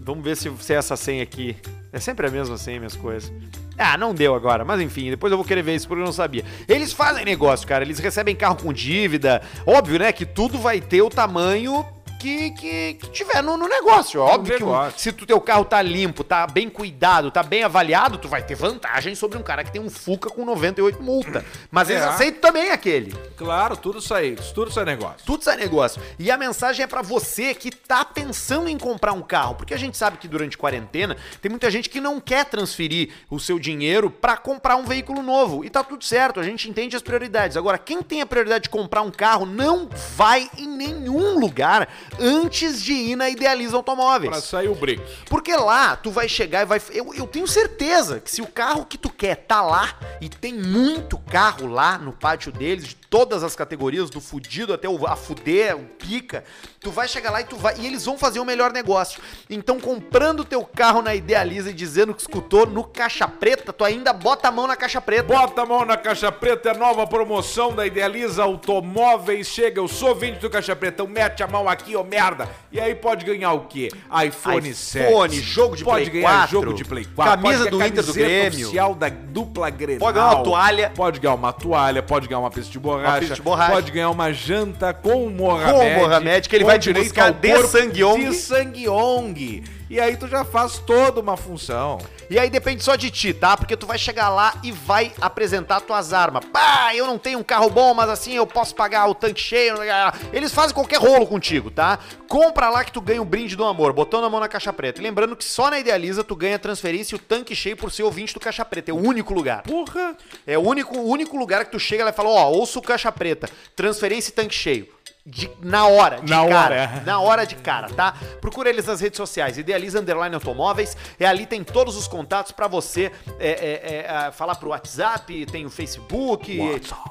S2: Vamos ver se, se é essa senha aqui. É sempre a mesma senha, minhas coisas. Ah, não deu agora, mas enfim, depois eu vou querer ver isso porque eu não sabia. Eles fazem negócio, cara, eles recebem carro com dívida. Óbvio, né, que tudo vai ter o tamanho que, que, que tiver no, no negócio. Óbvio que o-
S1: negócio.
S2: se tu, teu carro tá limpo, tá bem cuidado, tá bem avaliado, tu vai ter vantagem sobre um cara que tem um Fuca com 98 multa. Mas eles
S1: É.
S2: aceitam também aquele.
S1: Claro, tudo sai, tudo sai negócio.
S2: Tudo sai negócio. E a mensagem é pra você que tá pensando em comprar um carro, porque a gente sabe que durante quarentena tem muita gente que não quer transferir o seu dinheiro pra comprar um veículo novo. E tá tudo certo, a gente entende as prioridades. Agora, quem tem a prioridade de comprar um carro não vai em nenhum lugar antes de ir na Idealiza Automóveis.
S1: Pra sair o break.
S2: Porque lá tu vai chegar e vai. Eu, eu tenho certeza que se o carro que tu quer tá lá e tem muito carro lá no pátio deles, de todas as categorias, do fudido até o a fuder, o pica, tu vai chegar lá e tu vai. E eles vão fazer o melhor negócio. Então, comprando teu carro na Idealiza e dizendo que escutou no caixa preta, tu ainda bota a mão na caixa preta.
S1: Bota a mão na Caixa Preta, é nova promoção da Idealiza Automóveis. Chega, eu sou vinte do Caixa Preta, eu mete a mão aqui, ô merda. E aí pode ganhar o quê? iPhone 7.
S2: iPhone, jogo de
S1: pode
S2: Play
S1: ganhar
S2: 4,
S1: jogo de Play 4.
S2: camisa
S1: pode
S2: do
S1: ganhar
S2: Inter do
S1: camiseta
S2: Grêmio.
S1: oficial da dupla Grenal.
S2: Pode ganhar uma toalha.
S1: Pode ganhar uma toalha, pode ganhar uma pista de borracha.
S2: Uma pista de borracha.
S1: Pode ganhar uma janta com o Mohamed.
S2: Com o Mohamed, que ele
S1: com
S2: vai te
S1: direito
S2: buscar
S1: ao
S2: de
S1: corpo
S2: sangue-ong.
S1: De sangue-ong. E aí tu já faz toda uma função.
S2: E aí depende só de ti, tá? Porque tu vai chegar lá e vai apresentar tuas armas. Pá, eu não tenho um carro bom, mas assim eu posso pagar o tanque cheio. né, Eles fazem qualquer rolo contigo, tá? Compra lá que tu ganha o brinde do amor, botando a mão na caixa preta. E lembrando que só na Idealiza tu ganha transferência e o tanque cheio por ser ouvinte do caixa preta. É o único lugar.
S1: Porra!
S2: É o único, o único lugar que tu chega e ela fala, ó, ouço caixa preta, transferência e tanque cheio. De- na hora, de
S1: Na
S2: cara.
S1: hora. é.
S2: Na hora de cara, tá? Procura eles nas redes sociais, Idealiza Underline Automóveis. É ali, tem todos os contatos pra você é, é, é, ah, falar pro WhatsApp, tem o Facebook,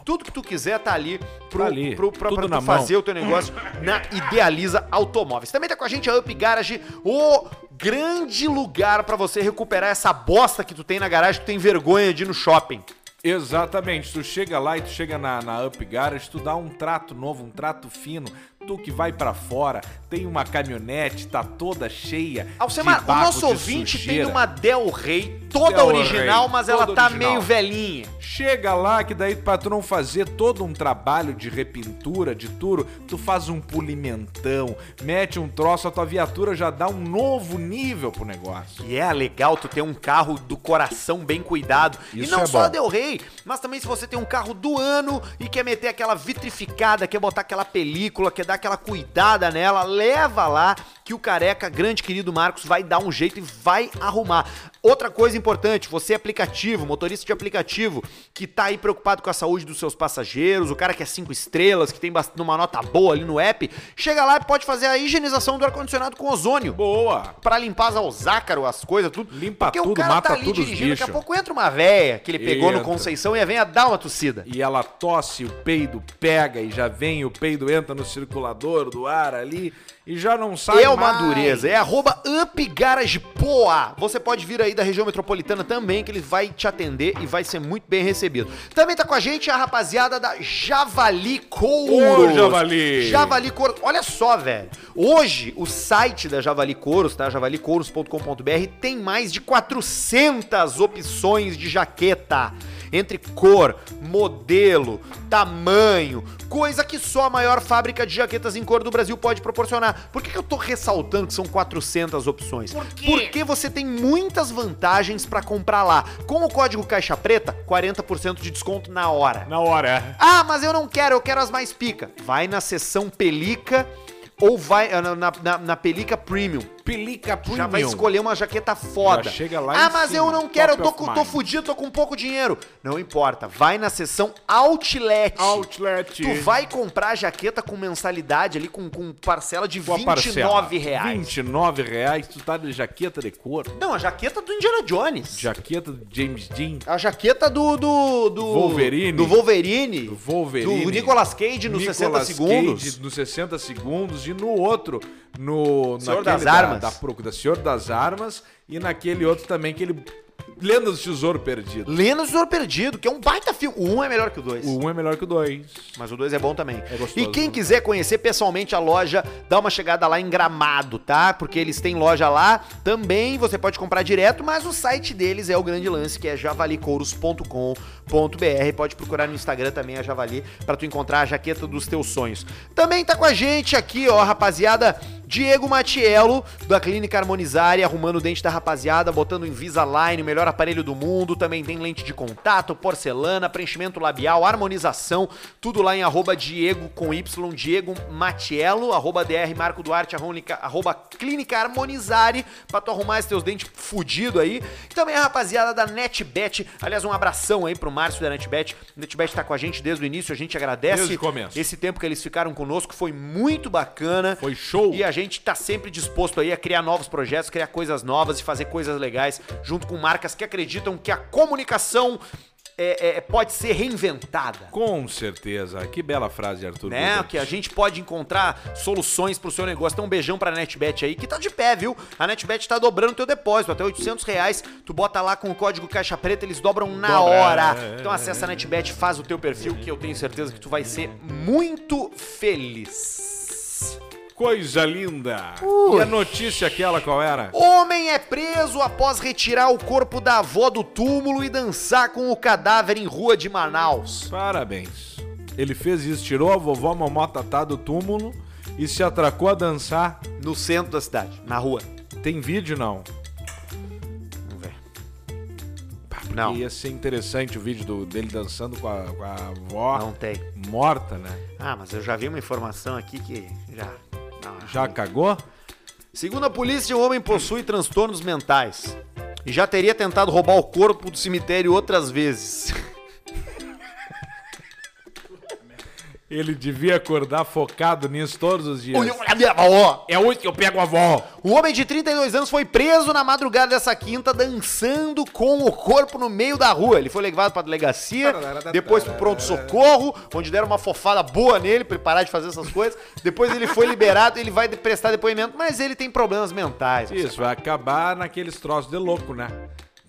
S2: tudo que tu quiser tá ali pro,
S1: Tá ali,
S2: pro- pra,
S1: tudo
S2: pra
S1: na
S2: tu
S1: mão.
S2: fazer o teu negócio na Idealiza Automóveis. Também tá com a gente a Up Garage, o grande lugar pra você recuperar essa bosta que tu tem na garagem, que tu tem vergonha de ir no shopping.
S1: Exatamente, tu chega lá e tu chega na, na Up Garage, tu dá um trato novo, um trato fino, tu que vai pra fora, tem uma caminhonete, tá toda cheia.
S2: Alcemar,
S1: de
S2: o
S1: barro,
S2: nosso
S1: de
S2: ouvinte
S1: sujeira.
S2: tem uma Del Rey toda
S1: Del
S2: original,
S1: Rey,
S2: mas
S1: toda
S2: ela tá
S1: original.
S2: meio velhinha.
S1: Chega lá que daí pra tu não fazer todo um trabalho de repintura, de tudo, tu faz um pulimentão, mete um troço, a tua viatura já dá um novo nível pro negócio.
S2: E é legal tu ter um carro do coração bem cuidado. e
S1: Isso
S2: não
S1: é
S2: só
S1: bom.
S2: a Del Rey, mas também se você tem um carro do ano e quer meter aquela vitrificada, quer botar aquela película, quer dar aquela cuidada nela, leva lá que o careca, grande querido Marcos, vai dar um jeito e vai arrumar. Outra coisa importante, você é aplicativo, motorista de aplicativo, que tá aí preocupado com a saúde dos seus passageiros, o cara que é cinco estrelas, que tem bast- uma nota boa ali no app, chega lá e pode fazer a higienização do ar-condicionado com ozônio.
S1: Boa.
S2: Pra limpar as alzácaro, as coisas, tudo.
S1: Limpa tudo, mata tudo os
S2: tá daqui a
S1: bichos.
S2: pouco entra uma véia que ele pegou no
S1: Entra.
S2: Conceição e a véia dá uma tossida.
S1: E ela tosse, o peido pega e já vem, o peido entra no circulador do ar ali e já não sai
S2: é uma
S1: mais.
S2: dureza, é arroba UpGaragePoa. Você pode vir aí da região metropolitana também, que ele vai te atender e vai ser muito bem recebido. Também tá com a gente a rapaziada da Javali Couro.
S1: Ô, Javali!
S2: Javali Couro. Olha só, velho. Hoje, o site da Javali Couros, tá? javalicouros.com.br, tem mais de 400 opções de jaqueta. Entre cor, modelo, tamanho, coisa que só a maior fábrica de jaquetas em couro do Brasil pode proporcionar. Por que, que eu tô ressaltando que são 400 opções? Por quê? Porque você tem muitas vantagens pra comprar lá. Com o código Caixa Preta, 40% de desconto na hora.
S1: Na hora.
S2: Ah, mas eu não quero, eu quero as mais pica. Vai na seção Pelica ou vai ah, na, na, na Pelica Premium.
S1: Pelica Premium.
S2: Já vai escolher uma jaqueta foda.
S1: Já chega lá
S2: ah,
S1: em
S2: mas
S1: cima,
S2: eu não quero, eu
S1: top
S2: tô,
S1: of
S2: com-
S1: mind.
S2: tô fudido, tô com pouco dinheiro. Não importa, vai na seção Outlet.
S1: Outlet.
S2: Tu vai comprar a jaqueta com mensalidade ali, com, com parcela de
S1: Tua
S2: 29
S1: parcela.
S2: reais.
S1: 29 reais, tu tá de jaqueta de couro.
S2: Não, a jaqueta do Indiana Jones.
S1: Jaqueta do James Dean.
S2: A jaqueta do. Do, do
S1: Wolverine.
S2: Do Wolverine.
S1: Do Wolverine.
S2: Do Nicolas Cage nos
S1: Nicolas
S2: 60 segundos.
S1: Cage nos 60 segundos e no outro, no
S2: Senhor
S1: naquele
S2: das
S1: da,
S2: Armas.
S1: Da, Proc- da Senhor das Armas e naquele outro também que ele Lenda do Tesouro Perdido.
S2: Lenda do Tesouro Perdido, que é um baita filme. O 1 é melhor que o 2.
S1: O um é melhor que o dois.
S2: Mas o 2 é bom também.
S1: gostoso,
S2: e quem
S1: né?
S2: quiser conhecer pessoalmente a loja, dá uma chegada lá em Gramado, tá? Porque eles têm loja lá também, você pode comprar direto, mas o site deles é o grande lance, que é javalicouros.com.br. Pode procurar no Instagram também a Javali pra tu encontrar a jaqueta dos teus sonhos. Também tá com a gente aqui, ó, rapaziada, Diego Matiello, da Clínica Harmonizária, arrumando o dente da rapaziada, botando Invisalign, o melhor aparelho do mundo, também tem lente de contato, porcelana, preenchimento labial, harmonização, tudo lá em arroba Diego com Y, Diego Matiello, arroba DR Marco Duarte, arronica- arroba Clínica Harmonizare, pra tu arrumar esses teus dentes fudido aí. E também a rapaziada da NetBet, aliás, um abração aí pro Márcio da NetBet, a NetBet tá com a gente desde o início, a gente agradece.
S1: Desde o começo.
S2: Esse tempo que eles ficaram conosco foi muito bacana.
S1: Foi show.
S2: E a gente tá sempre disposto aí a criar novos projetos, criar coisas novas e fazer coisas legais junto com marcas que acreditam que a comunicação é, é, pode ser reinventada.
S1: Com certeza. Que bela frase, Arthur.
S2: Né?
S1: Gudert.
S2: Que a gente pode encontrar soluções pro seu negócio. Então, um beijão pra NetBet aí, que tá de pé, viu? A NetBet tá dobrando teu depósito, até 800 reais. Tu bota lá com o código Caixa Preta, eles dobram na hora. Então, acessa a NetBet, faz o teu perfil, que eu tenho certeza que tu vai ser muito feliz.
S1: Coisa linda. E a notícia aquela qual era?
S2: Homem é preso após retirar o corpo da avó do túmulo e dançar com o cadáver em rua de Manaus.
S1: Parabéns. Ele fez isso, tirou a vovó Momó Tatá do túmulo e se atracou a dançar.
S2: No centro da cidade, na rua.
S1: Tem vídeo, não?
S2: Não,
S1: Ia ser interessante o vídeo do- dele dançando com a, com a avó
S2: não tem.
S1: morta, né?
S2: Ah, mas eu já vi uma informação aqui que já. não.
S1: Já cagou?
S2: Segundo a polícia, o homem possui transtornos mentais e já teria tentado roubar o corpo do cemitério outras vezes.
S1: Ele devia acordar focado nisso todos os dias. É hoje que eu pego a avó.
S2: O Um homem de 32 anos foi preso na madrugada dessa quinta dançando com o corpo no meio da rua. Ele foi levado pra delegacia, depois pro pronto-socorro, onde deram uma fofada boa nele pra ele parar de fazer essas coisas. Depois ele foi liberado, ele vai de- prestar depoimento, mas ele tem problemas mentais.
S1: Isso, vai acabar naqueles troços de louco, né?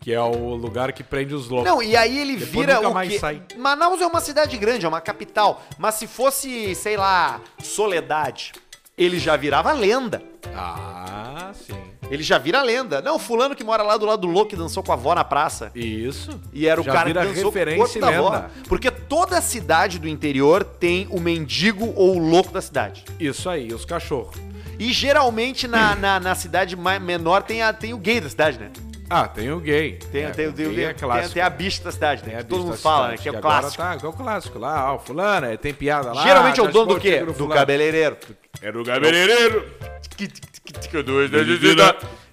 S1: Que é o lugar que prende os loucos.
S2: Não, e aí ele
S1: Depois
S2: vira
S1: nunca
S2: o
S1: mais
S2: quê?
S1: sai.
S2: Manaus é uma cidade grande, é uma capital, mas se fosse, sei lá, Soledade, ele já virava lenda.
S1: Ah, sim.
S2: Ele já vira lenda. Não, fulano que mora lá do lado do louco que dançou com a avó na praça.
S1: Isso.
S2: E era o
S1: Já
S2: cara
S1: vira
S2: que dançou com o corpo
S1: referência
S2: da
S1: e
S2: avó.
S1: lenda.
S2: Porque toda cidade do interior tem o mendigo ou o louco da cidade.
S1: Isso aí, os cachorros.
S2: E geralmente na,
S1: Hum.
S2: na, na cidade mai- menor tem, a, tem o gay da cidade, né?
S1: Ah, tem o gay.
S2: Tem,
S1: É,
S2: tem,
S1: o
S2: tem,
S1: gay é
S2: tem,
S1: clássico.
S2: tem a bicha da cidade, né?
S1: É a
S2: que todo mundo
S1: bicha
S2: fala, né?
S1: citante,
S2: Que é o
S1: agora
S2: clássico.
S1: Tá, que é o clássico lá, ó, o fulano, é, tem piada lá.
S2: geralmente é o
S1: já
S2: dono do
S1: escolhe
S2: quê?
S1: o
S2: Do
S1: fulano.
S2: cabeleireiro.
S1: É do cabeleireiro.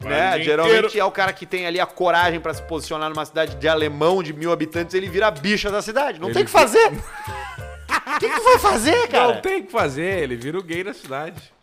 S2: né? Geralmente é o cara que tem ali a coragem pra se posicionar numa cidade de alemão de mil habitantes, ele vira a bicha da cidade. Não tem o que fazer. (laughs) O que, que vai fazer, cara?
S1: Não tem o que fazer, ele vira o gay da cidade.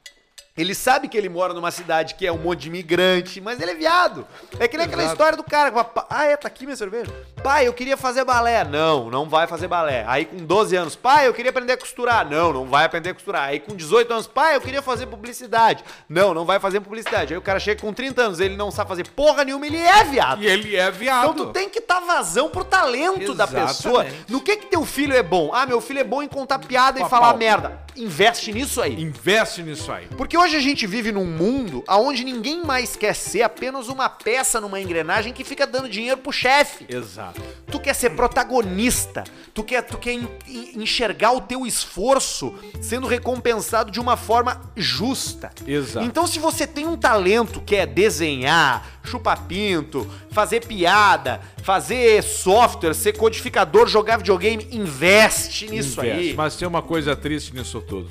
S2: Ele sabe que ele mora numa cidade que é um monte de imigrante, mas ele é viado. É que nem aquela história do cara. com a pa- Ah, é, tá aqui minha cerveja. Pai, eu queria fazer balé. Não, não vai fazer balé. Aí com 12 anos, pai, eu queria aprender a costurar. Não, não vai aprender a costurar. Aí com 18 anos, pai, eu queria fazer publicidade. Não, não vai fazer publicidade. Aí o cara chega com 30 anos, ele não sabe fazer porra nenhuma, ele é viado.
S1: E ele é viado.
S2: Então tu tem que dar vazão pro talento da
S1: Exatamente.
S2: pessoa. No que que teu filho é bom? Ah, meu filho é bom em contar piada e falar merda. Investe nisso aí.
S1: Investe nisso aí.
S2: Porque hoje a gente vive num mundo aonde ninguém mais quer ser apenas uma peça numa engrenagem que fica dando dinheiro pro chefe.
S1: Exato.
S2: Tu quer ser protagonista, tu quer, tu quer en- en- enxergar o teu esforço sendo recompensado de uma forma justa.
S1: Exato.
S2: Então, se você tem um talento que é desenhar, chupar pinto, fazer piada, fazer software, ser codificador, jogar videogame, investe nisso aí.
S1: Mas tem uma coisa triste nisso tudo.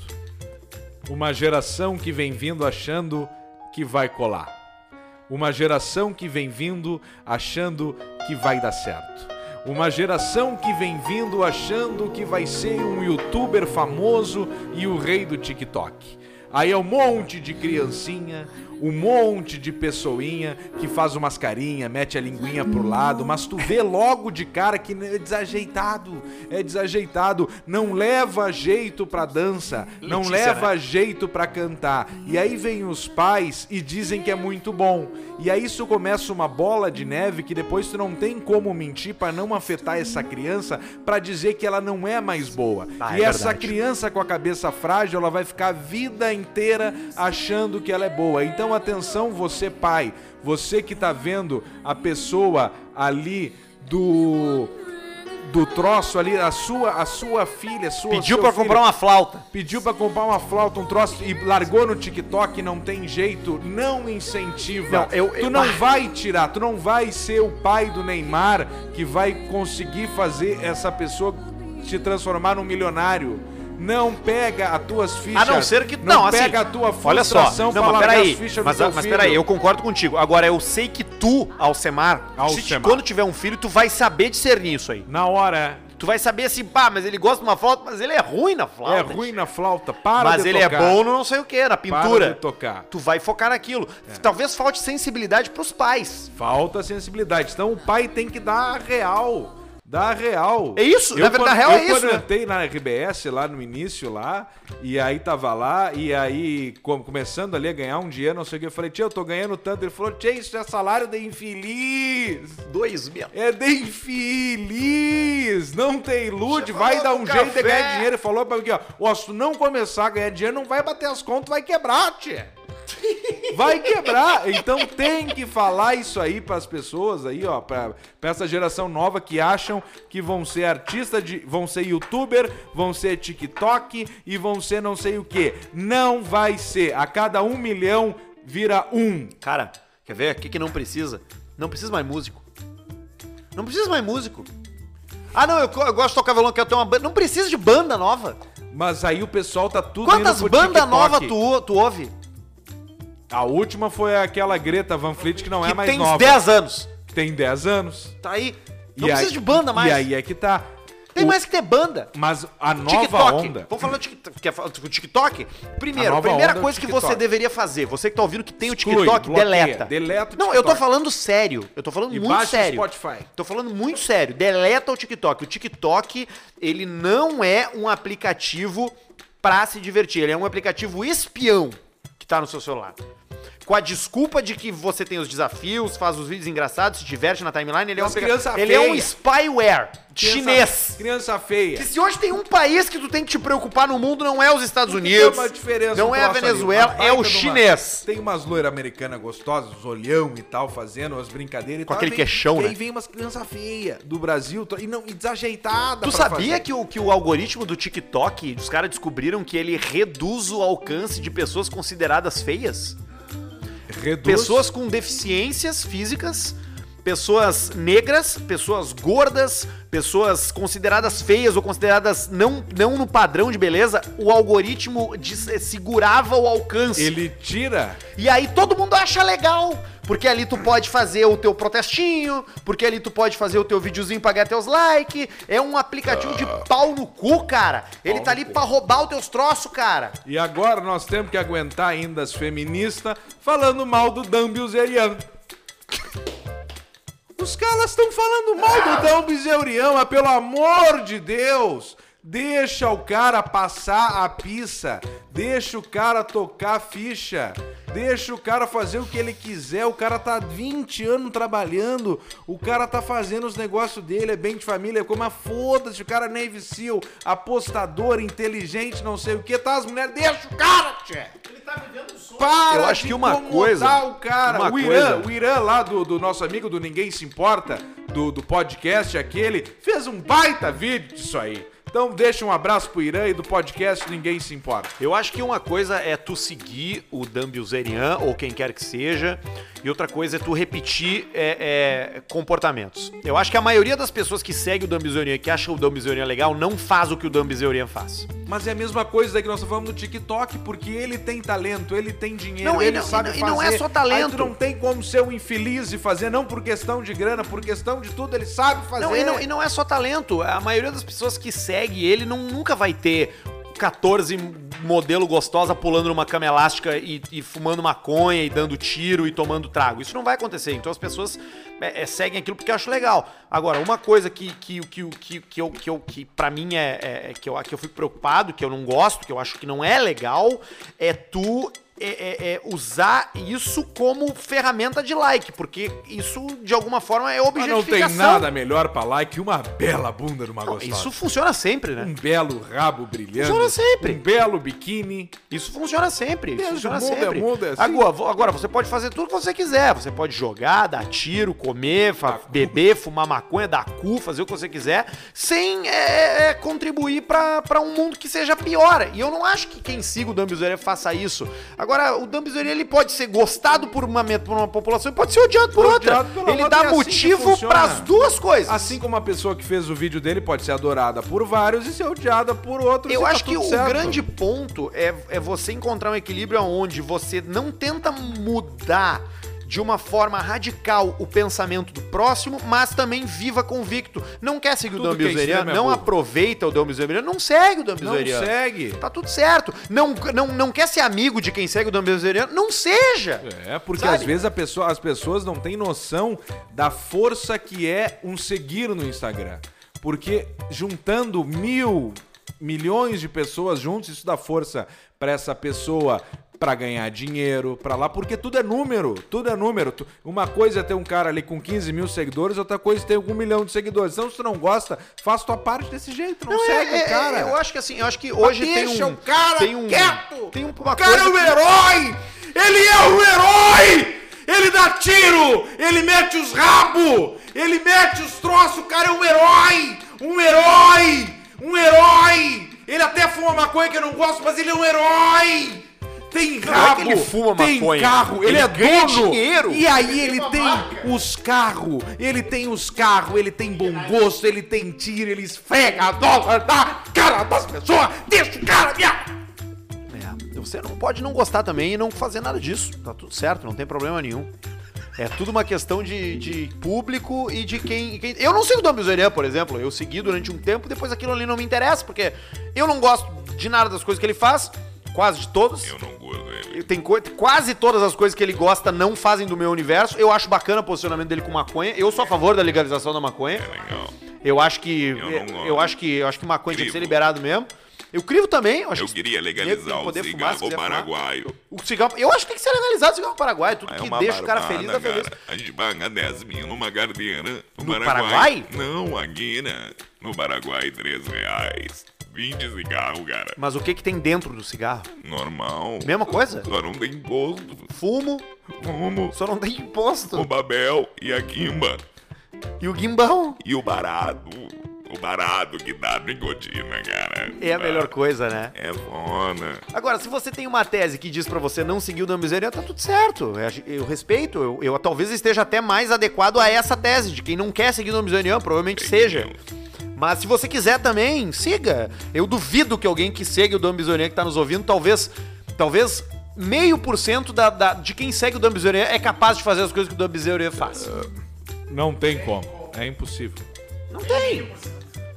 S1: Uma geração que vem vindo achando que vai colar. Uma geração que vem vindo achando que vai dar certo. Uma geração que vem vindo achando que vai ser um youtuber famoso e o rei do TikTok. Aí é um monte de criancinha, um monte de pessoinha que faz umas carinhas, mete a linguinha pro lado, mas tu vê logo de cara que é desajeitado, é desajeitado, não leva jeito pra dança, não
S2: né?
S1: leva jeito pra cantar. E aí vem os pais e dizem que é muito bom. E aí isso começa uma bola de neve que depois tu não tem como mentir pra não afetar essa criança, pra dizer que ela não é mais boa.
S2: Ah,
S1: e
S2: é
S1: essa
S2: verdade.
S1: criança criança com a cabeça frágil, ela vai ficar a vida inteira achando que ela é boa. Então atenção, você pai, você que tá vendo a pessoa ali do do troço ali, a sua a sua filha, a sua
S2: Pediu
S1: seu
S2: pra
S1: filho
S2: comprar uma flauta.
S1: pediu pra comprar uma flauta, um troço e largou no TikTok, não tem jeito, não incentiva.
S2: Não, eu- eu- Ah.
S1: tu não vai tirar, tu não vai ser o pai do Neymar que vai conseguir fazer essa pessoa se transformar num milionário. Não pega as tuas fichas.
S2: A não ser que.
S1: não,
S2: Não, assim.
S1: pega a tua
S2: Olha só.
S1: frustração
S2: Não,
S1: pra
S2: mas
S1: largar
S2: peraí.
S1: as fichas
S2: Mas, ah,
S1: do teu
S2: mas
S1: filho.
S2: peraí, eu concordo contigo. Agora, eu sei que tu, Alcemar, se,
S1: Alcemar.
S2: quando tiver um filho, tu vai saber discernir isso aí.
S1: Na hora,
S2: Tu vai saber assim, pá, mas ele gosta de uma flauta, mas ele é ruim na
S1: é
S2: flauta.
S1: ruim na flauta, para
S2: Mas
S1: de
S2: ele
S1: tocar.
S2: é bom no não sei o que,
S1: Para
S2: na pintura.
S1: de É. tocar.
S2: Tu vai focar naquilo. Talvez falte sensibilidade pros pais.
S1: Falta sensibilidade. Então o pai tem que dar a real. Dar a real.
S2: É isso,
S1: eu,
S2: na verdade, a
S1: quando-
S2: real
S1: eu
S2: é isso,
S1: Quando
S2: né?
S1: eu entrei na RBS lá no início, lá, e aí tava lá, e aí com- começando ali a ganhar um dinheiro, não sei o que, eu falei, tia, eu tô ganhando tanto. Ele falou, tia, isso é salário de infeliz.
S2: Dois mil.
S1: É de infeliz. Não tem ilude, vai
S2: falou
S1: dar
S2: do
S1: um jeito
S2: café.
S1: de ganhar dinheiro. Ele falou pra mim aqui, ó, ó, se tu não começar a ganhar dinheiro, não vai bater as contas, vai quebrar,
S2: (laughs)
S1: tia. Vai quebrar. Então tem que falar isso aí pras pessoas aí, ó, pra, pra essa geração nova que acham que vão ser artista de, vão ser youtuber, vão ser TikTok e vão ser não sei o que. Não vai ser. A cada um milhão vira um.
S2: Cara, quer ver? O que, que não precisa? Não precisa mais músico. Não precisa mais músico. Ah, não, eu, co- eu gosto de tocar violão, quero ter uma banda. Não precisa de banda nova.
S1: Mas aí o pessoal tá tudo
S2: Quantas
S1: indo pro
S2: bandas
S1: TikTok.
S2: novas tu, tu ouve?
S1: A última foi aquela Greta Van Fleet que não é
S2: que
S1: mais
S2: tem
S1: nova.
S2: uns 10 anos.
S1: Que Tem 10 anos.
S2: Tá aí. Não
S1: E
S2: precisa
S1: aí-
S2: de banda mais.
S1: E aí é que tá.
S2: Tem
S1: O-
S2: mais que ter banda.
S1: Mas a nova onda.
S2: Vamos falar do TikTok. Quer falar do TikTok? Primeiro,
S1: A
S2: a
S1: nova
S2: primeira
S1: onda é o
S2: coisa que
S1: TikTok.
S2: você deveria fazer, você que tá ouvindo que tem
S1: Exclui,
S2: o TikTok,
S1: bloqueia,
S2: deleta.
S1: deleta o
S2: Não, eu tô
S1: TikTok.
S2: falando sério. Eu tô falando
S1: E
S2: muito
S1: baixa o
S2: sério.
S1: Spotify.
S2: Tô falando muito sério. Deleta o TikTok. O TikTok, ele não é um aplicativo pra se divertir. Ele é um aplicativo espião que tá no seu celular. Com a desculpa de que você tem os desafios, faz os vídeos engraçados, se diverte na timeline, ele é um,
S1: Mas
S2: aplica-
S1: criança
S2: ele é um
S1: feia.
S2: spyware
S1: Criança-
S2: chinês.
S1: Criança feia.
S2: Que se hoje tem um país que tu tem que te preocupar no mundo, não é os Estados Unidos.
S1: Tem uma diferença
S2: não
S1: no
S2: é a
S1: troço
S2: Venezuela,
S1: ali, uma
S2: é o
S1: baita de uma-
S2: chinês.
S1: Tem umas loiras americanas gostosas, os olhão e tal, fazendo as brincadeiras e
S2: Com
S1: tal.
S2: aquele
S1: e
S2: queixão,
S1: e
S2: né?
S1: aí vem umas crianças feias do Brasil to- e, não, e desajeitada.
S2: Tu sabia que o, que o algoritmo do TikTok, os caras descobriram que ele reduz o alcance de pessoas consideradas feias?
S1: Reduz...
S2: Pessoas com deficiências físicas, pessoas negras, pessoas gordas, pessoas consideradas feias ou consideradas não, não no padrão de beleza, o algoritmo dis- eh, segurava o alcance.
S1: Ele tira.
S2: E aí todo mundo acha legal, porque ali tu pode fazer o teu protestinho, porque ali tu pode fazer o teu videozinho pra ganhar teus likes. É um aplicativo de pau no cu, cara. Ele tá ali pra roubar os teus troços, cara.
S1: E agora nós temos que aguentar ainda as feministas falando mal do Dan Bilzerian. Os caras estão falando mal do Dan Bilzerian, mas ah, pelo amor de Deus! Deixa o cara passar a pista, deixa o cara tocar a ficha, deixa o cara fazer o que ele quiser. O cara tá 20 anos trabalhando, o cara tá fazendo os negócios dele, é bem de família, é como a foda-se, o cara é Navy Seal, apostador, inteligente, não sei o que, tá? As mulheres, deixa o cara, tchê! Para
S2: Eu acho
S1: de
S2: que uma
S1: incomodar
S2: coisa-
S1: o cara.
S2: uma
S1: o Irã,
S2: coisa-
S1: o Irã lá do, do nosso amigo do Ninguém Se Importa, do, do podcast aquele, fez um baita vídeo disso aí. Então deixa um abraço pro Irã e do podcast Ninguém Se Importa.
S2: Eu acho que uma coisa é tu seguir o Dan Bilzerian, ou quem quer que seja, e outra coisa é tu repetir é, é, comportamentos. Eu acho que a maioria das pessoas que segue o Dan Bilzerian, que acha o Dan Bilzerian legal, não faz o que o Dan Bilzerian faz.
S1: Mas é a mesma coisa daí que nós falamos do TikTok, porque ele tem talento, ele tem dinheiro,
S2: Não, e
S1: ele
S2: não-
S1: sabe
S2: e não- e
S1: fazer.
S2: não é só
S1: Aí
S2: talento.
S1: tu não tem como ser um infeliz e fazer, não por questão de grana, por questão de tudo, ele sabe fazer.
S2: Não, e, não, e não é só talento. A maioria das pessoas que segue ele não, nunca vai ter 14 modelo gostosa pulando numa cama elástica e, e fumando maconha e dando tiro e tomando trago. Isso não vai acontecer. Então as pessoas é, é, seguem aquilo porque acham legal. Agora, uma coisa que, que, que, que, que, eu, que, eu, que pra mim é, é- é que, eu, que eu fico preocupado, que eu não gosto, que eu acho que não é legal, é tu é, é- é usar isso como ferramenta de like, porque isso de alguma forma é
S1: Mas
S2: objetificação.
S1: não tem nada melhor pra lá que uma bela bunda numa
S2: Não,
S1: gostosa.
S2: isso funciona sempre, né?
S1: Um belo rabo brilhando.
S2: Funciona sempre.
S1: Um belo biquíni.
S2: Isso funciona sempre. Isso
S1: Deus,
S2: funciona
S1: o mundo é
S2: sempre.
S1: mundo, é assim.
S2: agora, vo- agora, você pode fazer tudo que você quiser. Você pode jogar, dar tiro, comer, fa- beber, fumar maconha, dar cu, fazer o que você quiser, sem é, é, contribuir pra pra um mundo que seja pior. E eu não acho que quem siga o Dambizoria faça isso. Agora, o Dambizoria, ele pode ser gostado por uma, me- por uma população e pode ser odiado por outra.
S1: Odiado pela
S2: Ele
S1: outra,
S2: dá
S1: é assim que
S2: motivo
S1: funciona.
S2: pras duas coisas.
S1: Assim como a pessoa que fez o vídeo dele pode ser adorada por vários e ser odiada por outros.
S2: Eu
S1: e tá
S2: acho que
S1: tudo
S2: o
S1: certo.
S2: grande ponto é, é você encontrar um equilíbrio onde você não tenta mudar de uma forma radical o pensamento do próximo, mas também viva convicto. Não quer seguir
S1: Tudo
S2: o Dan
S1: que é
S2: Bilzerian,
S1: extremo é
S2: não
S1: burro.
S2: aproveita o Dan Bilzerian, não segue o Dan
S1: Não
S2: Bilzerian.
S1: segue.
S2: Tá tudo certo. Não, não, não quer ser amigo de quem segue o Dan Bilzerian, não seja.
S1: É, porque
S2: Sabe?
S1: às vezes a pessoa- as pessoas não têm noção da força que é um seguir no Instagram. Porque juntando mil, milhões de pessoas juntos, isso dá força pra essa pessoa pra ganhar dinheiro, pra lá, porque tudo é número, tudo é número. Tu- Uma coisa é ter um cara ali com 15 mil seguidores, outra coisa é ter um milhão de seguidores. Então, se tu não gosta, faz tua parte desse jeito, não,
S2: Não, é-
S1: segue
S2: é-
S1: o cara.
S2: Eu acho que assim, eu acho que hoje tem
S1: deixa
S2: um.
S1: o cara
S2: tem um,
S1: quieto!
S2: Tem uma
S1: O cara é um
S2: coisa. que-
S1: herói! Ele é um herói! Ele dá tiro! Ele mete os rabo! Ele mete os troços! O cara é um herói! Um herói! Um herói! Ele até fuma maconha que eu não gosto, mas ele é um herói! Tem
S2: é
S1: rabo,
S2: que ele fuma
S1: tem
S2: maconha.
S1: carro, ele,
S2: Ele
S1: é
S2: ganha
S1: dono.
S2: dinheiro.
S1: E aí ele tem os carros, ele tem os carros, ele tem bom gosto, ele tem tiro, ele esfrega a dólar na cara das pessoas. Deixa o cara, viado!
S2: É, você não pode não gostar também e não fazer nada disso. Tá tudo certo, não tem problema nenhum. É tudo uma questão de, de público e de quem, quem- Eu não sigo o Dom Bizerian, por exemplo. Eu segui durante um tempo, depois aquilo ali não me interessa, porque eu não gosto de nada das coisas que ele faz, quase de todas. Eu não gosto dele. Tem coi- quase todas as coisas que ele gosta não fazem do meu universo. Eu acho bacana o posicionamento dele com maconha. Eu sou a favor da legalização da maconha. Eu acho que. É Eu, acho que. Eu acho que maconha tinha que ser liberado mesmo. Eu crivo também. Eu, acho que queria legalizar o cigarro paraguaio. O cigarro. Eu acho que tem que ser legalizado o cigarro paraguaio. Tudo que deixa o cara feliz tá feliz.
S9: A gente paga 10 mil numa gardeira. No,
S2: No Paraguai?
S9: Paraguai? Não, aqui, né? No Paraguai, 3 reais. 20 cigarro, cara.
S2: Mas o que que tem dentro do cigarro?
S9: Normal.
S2: Mesma coisa?
S9: Só não tem gosto.
S2: Fumo,
S9: Fumo.
S2: só não tem
S9: O
S2: imposto.
S9: Babel e a Kimba.
S2: E o guimbão?
S9: E o barato. o barato que dá nicotina, cara.
S2: É a melhor coisa, né?
S9: É fona.
S2: Agora, se você tem uma tese que diz pra você não seguir o Dan Bezerra, tá tudo certo. Eu, eu respeito, eu, eu talvez esteja até mais adequado a essa tese de quem não quer seguir o Dan Bezerra, provavelmente seja. Mas se você quiser também, siga. Eu duvido que alguém que segue o Dan Bizonian que tá nos ouvindo, talvez, talvez meio por cento da, da- de quem segue o Dan Bizonian é capaz de fazer as coisas que o Dan Bizonian faz.
S1: Não tem como. É impossível.
S2: Não tem.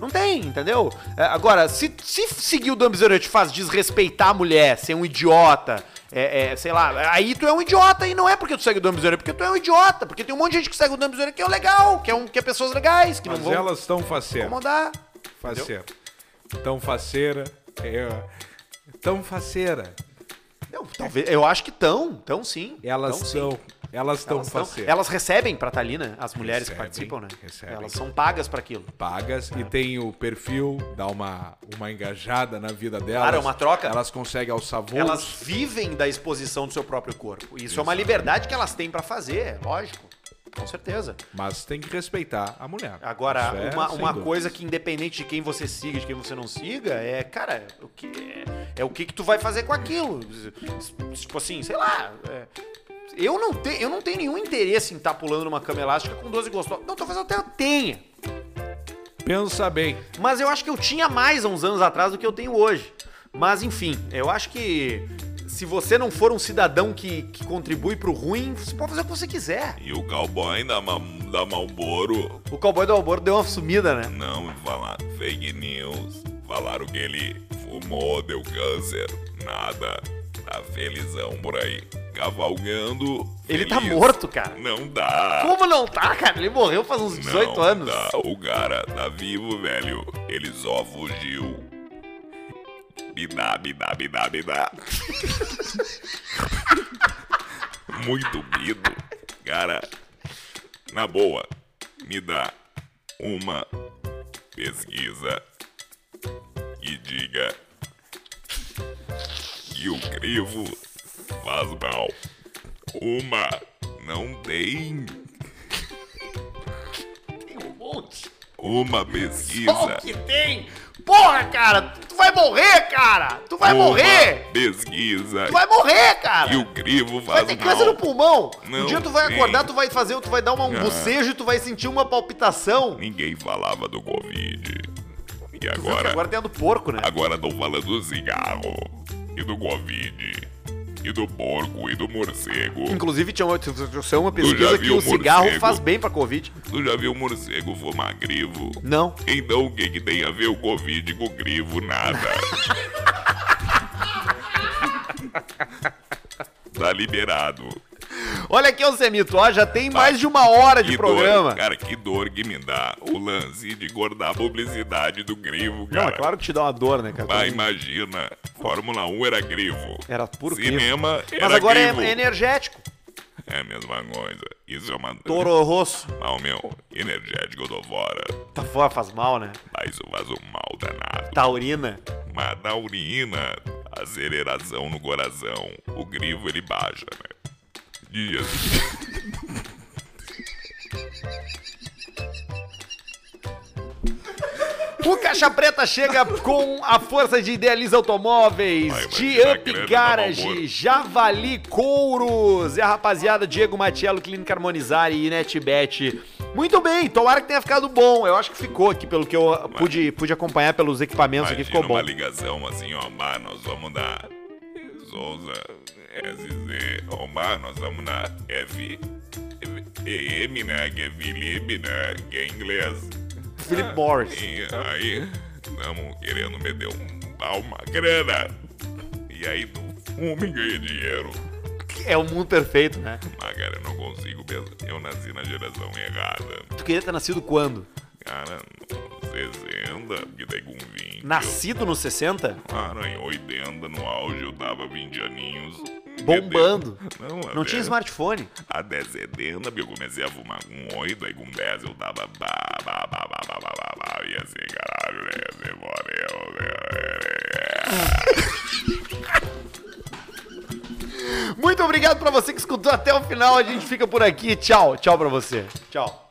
S2: Não tem, entendeu? É, agora, se, se seguir o Dan Bizonian te faz desrespeitar a mulher, ser um idiota, é, é, sei lá, aí tu é um idiota e não é porque tu segue o Dan Bizonian, é porque tu é um idiota, porque tem um monte de gente que segue o Dan Bizonian que é o legal, que é, um, que é pessoas legais, que não
S1: Mas
S2: vão
S1: elas estão faceira.
S2: incomodar.
S1: Faceira. Tão faceira. É, tão faceira.
S2: Não, talvez, eu acho que estão, estão sim.
S1: Elas
S2: tão sim.
S1: são. Elas estão
S2: Elas, tão-
S1: faceiras.
S2: elas recebem pra Talina, as mulheres
S1: Recebem,
S2: que participam, né?
S1: recebem.
S2: Elas são pagas pra aquilo.
S1: pagas e tem o perfil, dá uma, uma engajada na vida delas.
S2: Claro, é uma troca.
S1: Elas conseguem alçar voos.
S2: Elas vivem da exposição do seu próprio corpo. Isso é uma liberdade que elas têm pra fazer, é lógico. Com certeza.
S1: Mas tem que respeitar a mulher.
S2: Agora,
S1: Isso é
S2: uma,
S1: sem
S2: uma
S1: dúvida.
S2: coisa que independente de quem você siga, de quem você não siga, é, cara, o que é, é o que, que tu vai fazer com aquilo. Tipo assim, sei lá. é, eu, não te, eu não tenho nenhum interesse em estar pulando numa cama elástica com 12 gostosas. Não, talvez eu até tenha.
S1: Pensa bem.
S2: Mas eu acho que eu tinha mais há uns anos atrás do que eu tenho hoje. Mas enfim, eu acho que se você não for um cidadão que, que contribui pro ruim, você pode fazer o que você quiser.
S9: E o cowboy da, Ma- da Malboro,
S2: O cowboy do Alboro deu uma sumida, né?
S9: não falaram fake news. Falaram que ele fumou, deu câncer, nada. Tá felizão por aí. Cavalgando.
S2: Ele tá
S9: feliz.
S2: morto, cara.
S9: Não dá.
S2: Como não tá, cara? Ele morreu faz uns 18
S9: Não tá.
S2: anos.
S9: dá. O cara tá vivo, velho. Ele só fugiu. Bidá, bidá, bidá, bidá. (laughs) Muito bido. Cara, na boa, me dá uma pesquisa e diga que o crivo faz mal. Uma não tem. Uma pesquisa.
S2: tem! Porra, cara! Tu vai morrer, cara! Tu vai
S9: Uma Pesquisa.
S2: morrer, cara!
S9: E o crivo
S2: Vai
S9: faz
S2: ter
S9: mal.
S2: câncer no pulmão! um
S9: Não
S2: dia tu vai
S9: tem.
S2: acordar, tu vai fazer, tu vai dar uma- um
S9: Ah.
S2: bocejo e tu vai sentir uma palpitação.
S9: Ninguém falava do Covid. E
S2: Tu viu que
S9: agora?
S2: Agora tem a do porco, né?
S9: Agora estão falando do cigarro. E do Covid. E do porco. E do morcego.
S2: Inclusive, tinha uma, tinha uma
S9: Eu
S2: pesquisa
S9: já
S2: que
S9: vi
S2: o
S9: um
S2: cigarro
S9: morcego.
S2: faz bem pra Covid.
S9: Tu já viu o morcego fumar crivo?
S2: Não.
S9: Então o que, que tem a ver o Covid com o crivo? Nada. tá liberado.
S2: Olha aqui, ô Semito, ó, já tem mais de uma hora de
S9: Tá. Que
S2: programa.
S9: Dor, cara, que dor que me dá o lance de cortar a publicidade do crivo, cara.
S2: Não, é claro que te dá uma dor, né, cara?
S9: Ah, imagina. Fórmula 1 era grivo.
S2: Era puro crivo.
S9: Cinema era
S2: Mas agora é,
S9: grivo.
S2: é energético.
S9: É a mesma coisa. Isso é uma...
S2: Toro Rosso.
S9: Mal, meu. Energético eu tô fora.
S2: Tá fora, faz mal, né?
S9: Mas isso faz um mal danado.
S2: Taurina.
S9: Mas da urina, aceleração no coração. O grivo, ele baixa, né? Dias.
S2: O Caixa Preta chega com a força de Idealiza Automóveis,
S9: Vai, vai
S2: de
S9: virar
S2: Up
S9: grana, tá bom,
S2: Garage,
S9: amor.
S2: Javali Couros, e a rapaziada Diego Matiello, Clínica Harmonizar e NetBet. Muito bem, tomara que tenha ficado bom. Eu acho que ficou aqui, pelo que eu pude, pude acompanhar pelos equipamentos aqui, ficou
S9: Imagina
S2: bom.
S9: uma ligação assim, ó. Bah, nós vamos dar Souza SZ. Ó, bah, nós vamos na F... F- EM, né? Que é Felipe, né? Que é inglês.
S2: Philip Morris.
S9: E aí, estamos querendo me dar um, dar uma grana. E aí, do fume, ganhei dinheiro.
S2: É o mundo perfeito, né?
S9: Mas, Ah, cara, eu não consigo pensar. Eu nasci na geração errada.
S2: Tu queria ter nascido quando?
S9: Cara, no 60, porque daí com 20.
S2: Nascido nos 60?
S9: eu- Cara, em 80, no auge, eu tava 20 aninhos.
S2: Bombando.
S9: Não,
S2: Não
S9: até-
S2: tinha smartphone.
S9: Até 70, porque eu comecei a fumar com 8, aí com 10 eu tava. Bah, bah, bah, bah, bah, bah, bah, bah, e assim, caralho, assim, ia ser morreu, né,
S2: Muito obrigado pra você que escutou até o final. A gente fica por aqui. Tchau, tchau pra você. Tchau.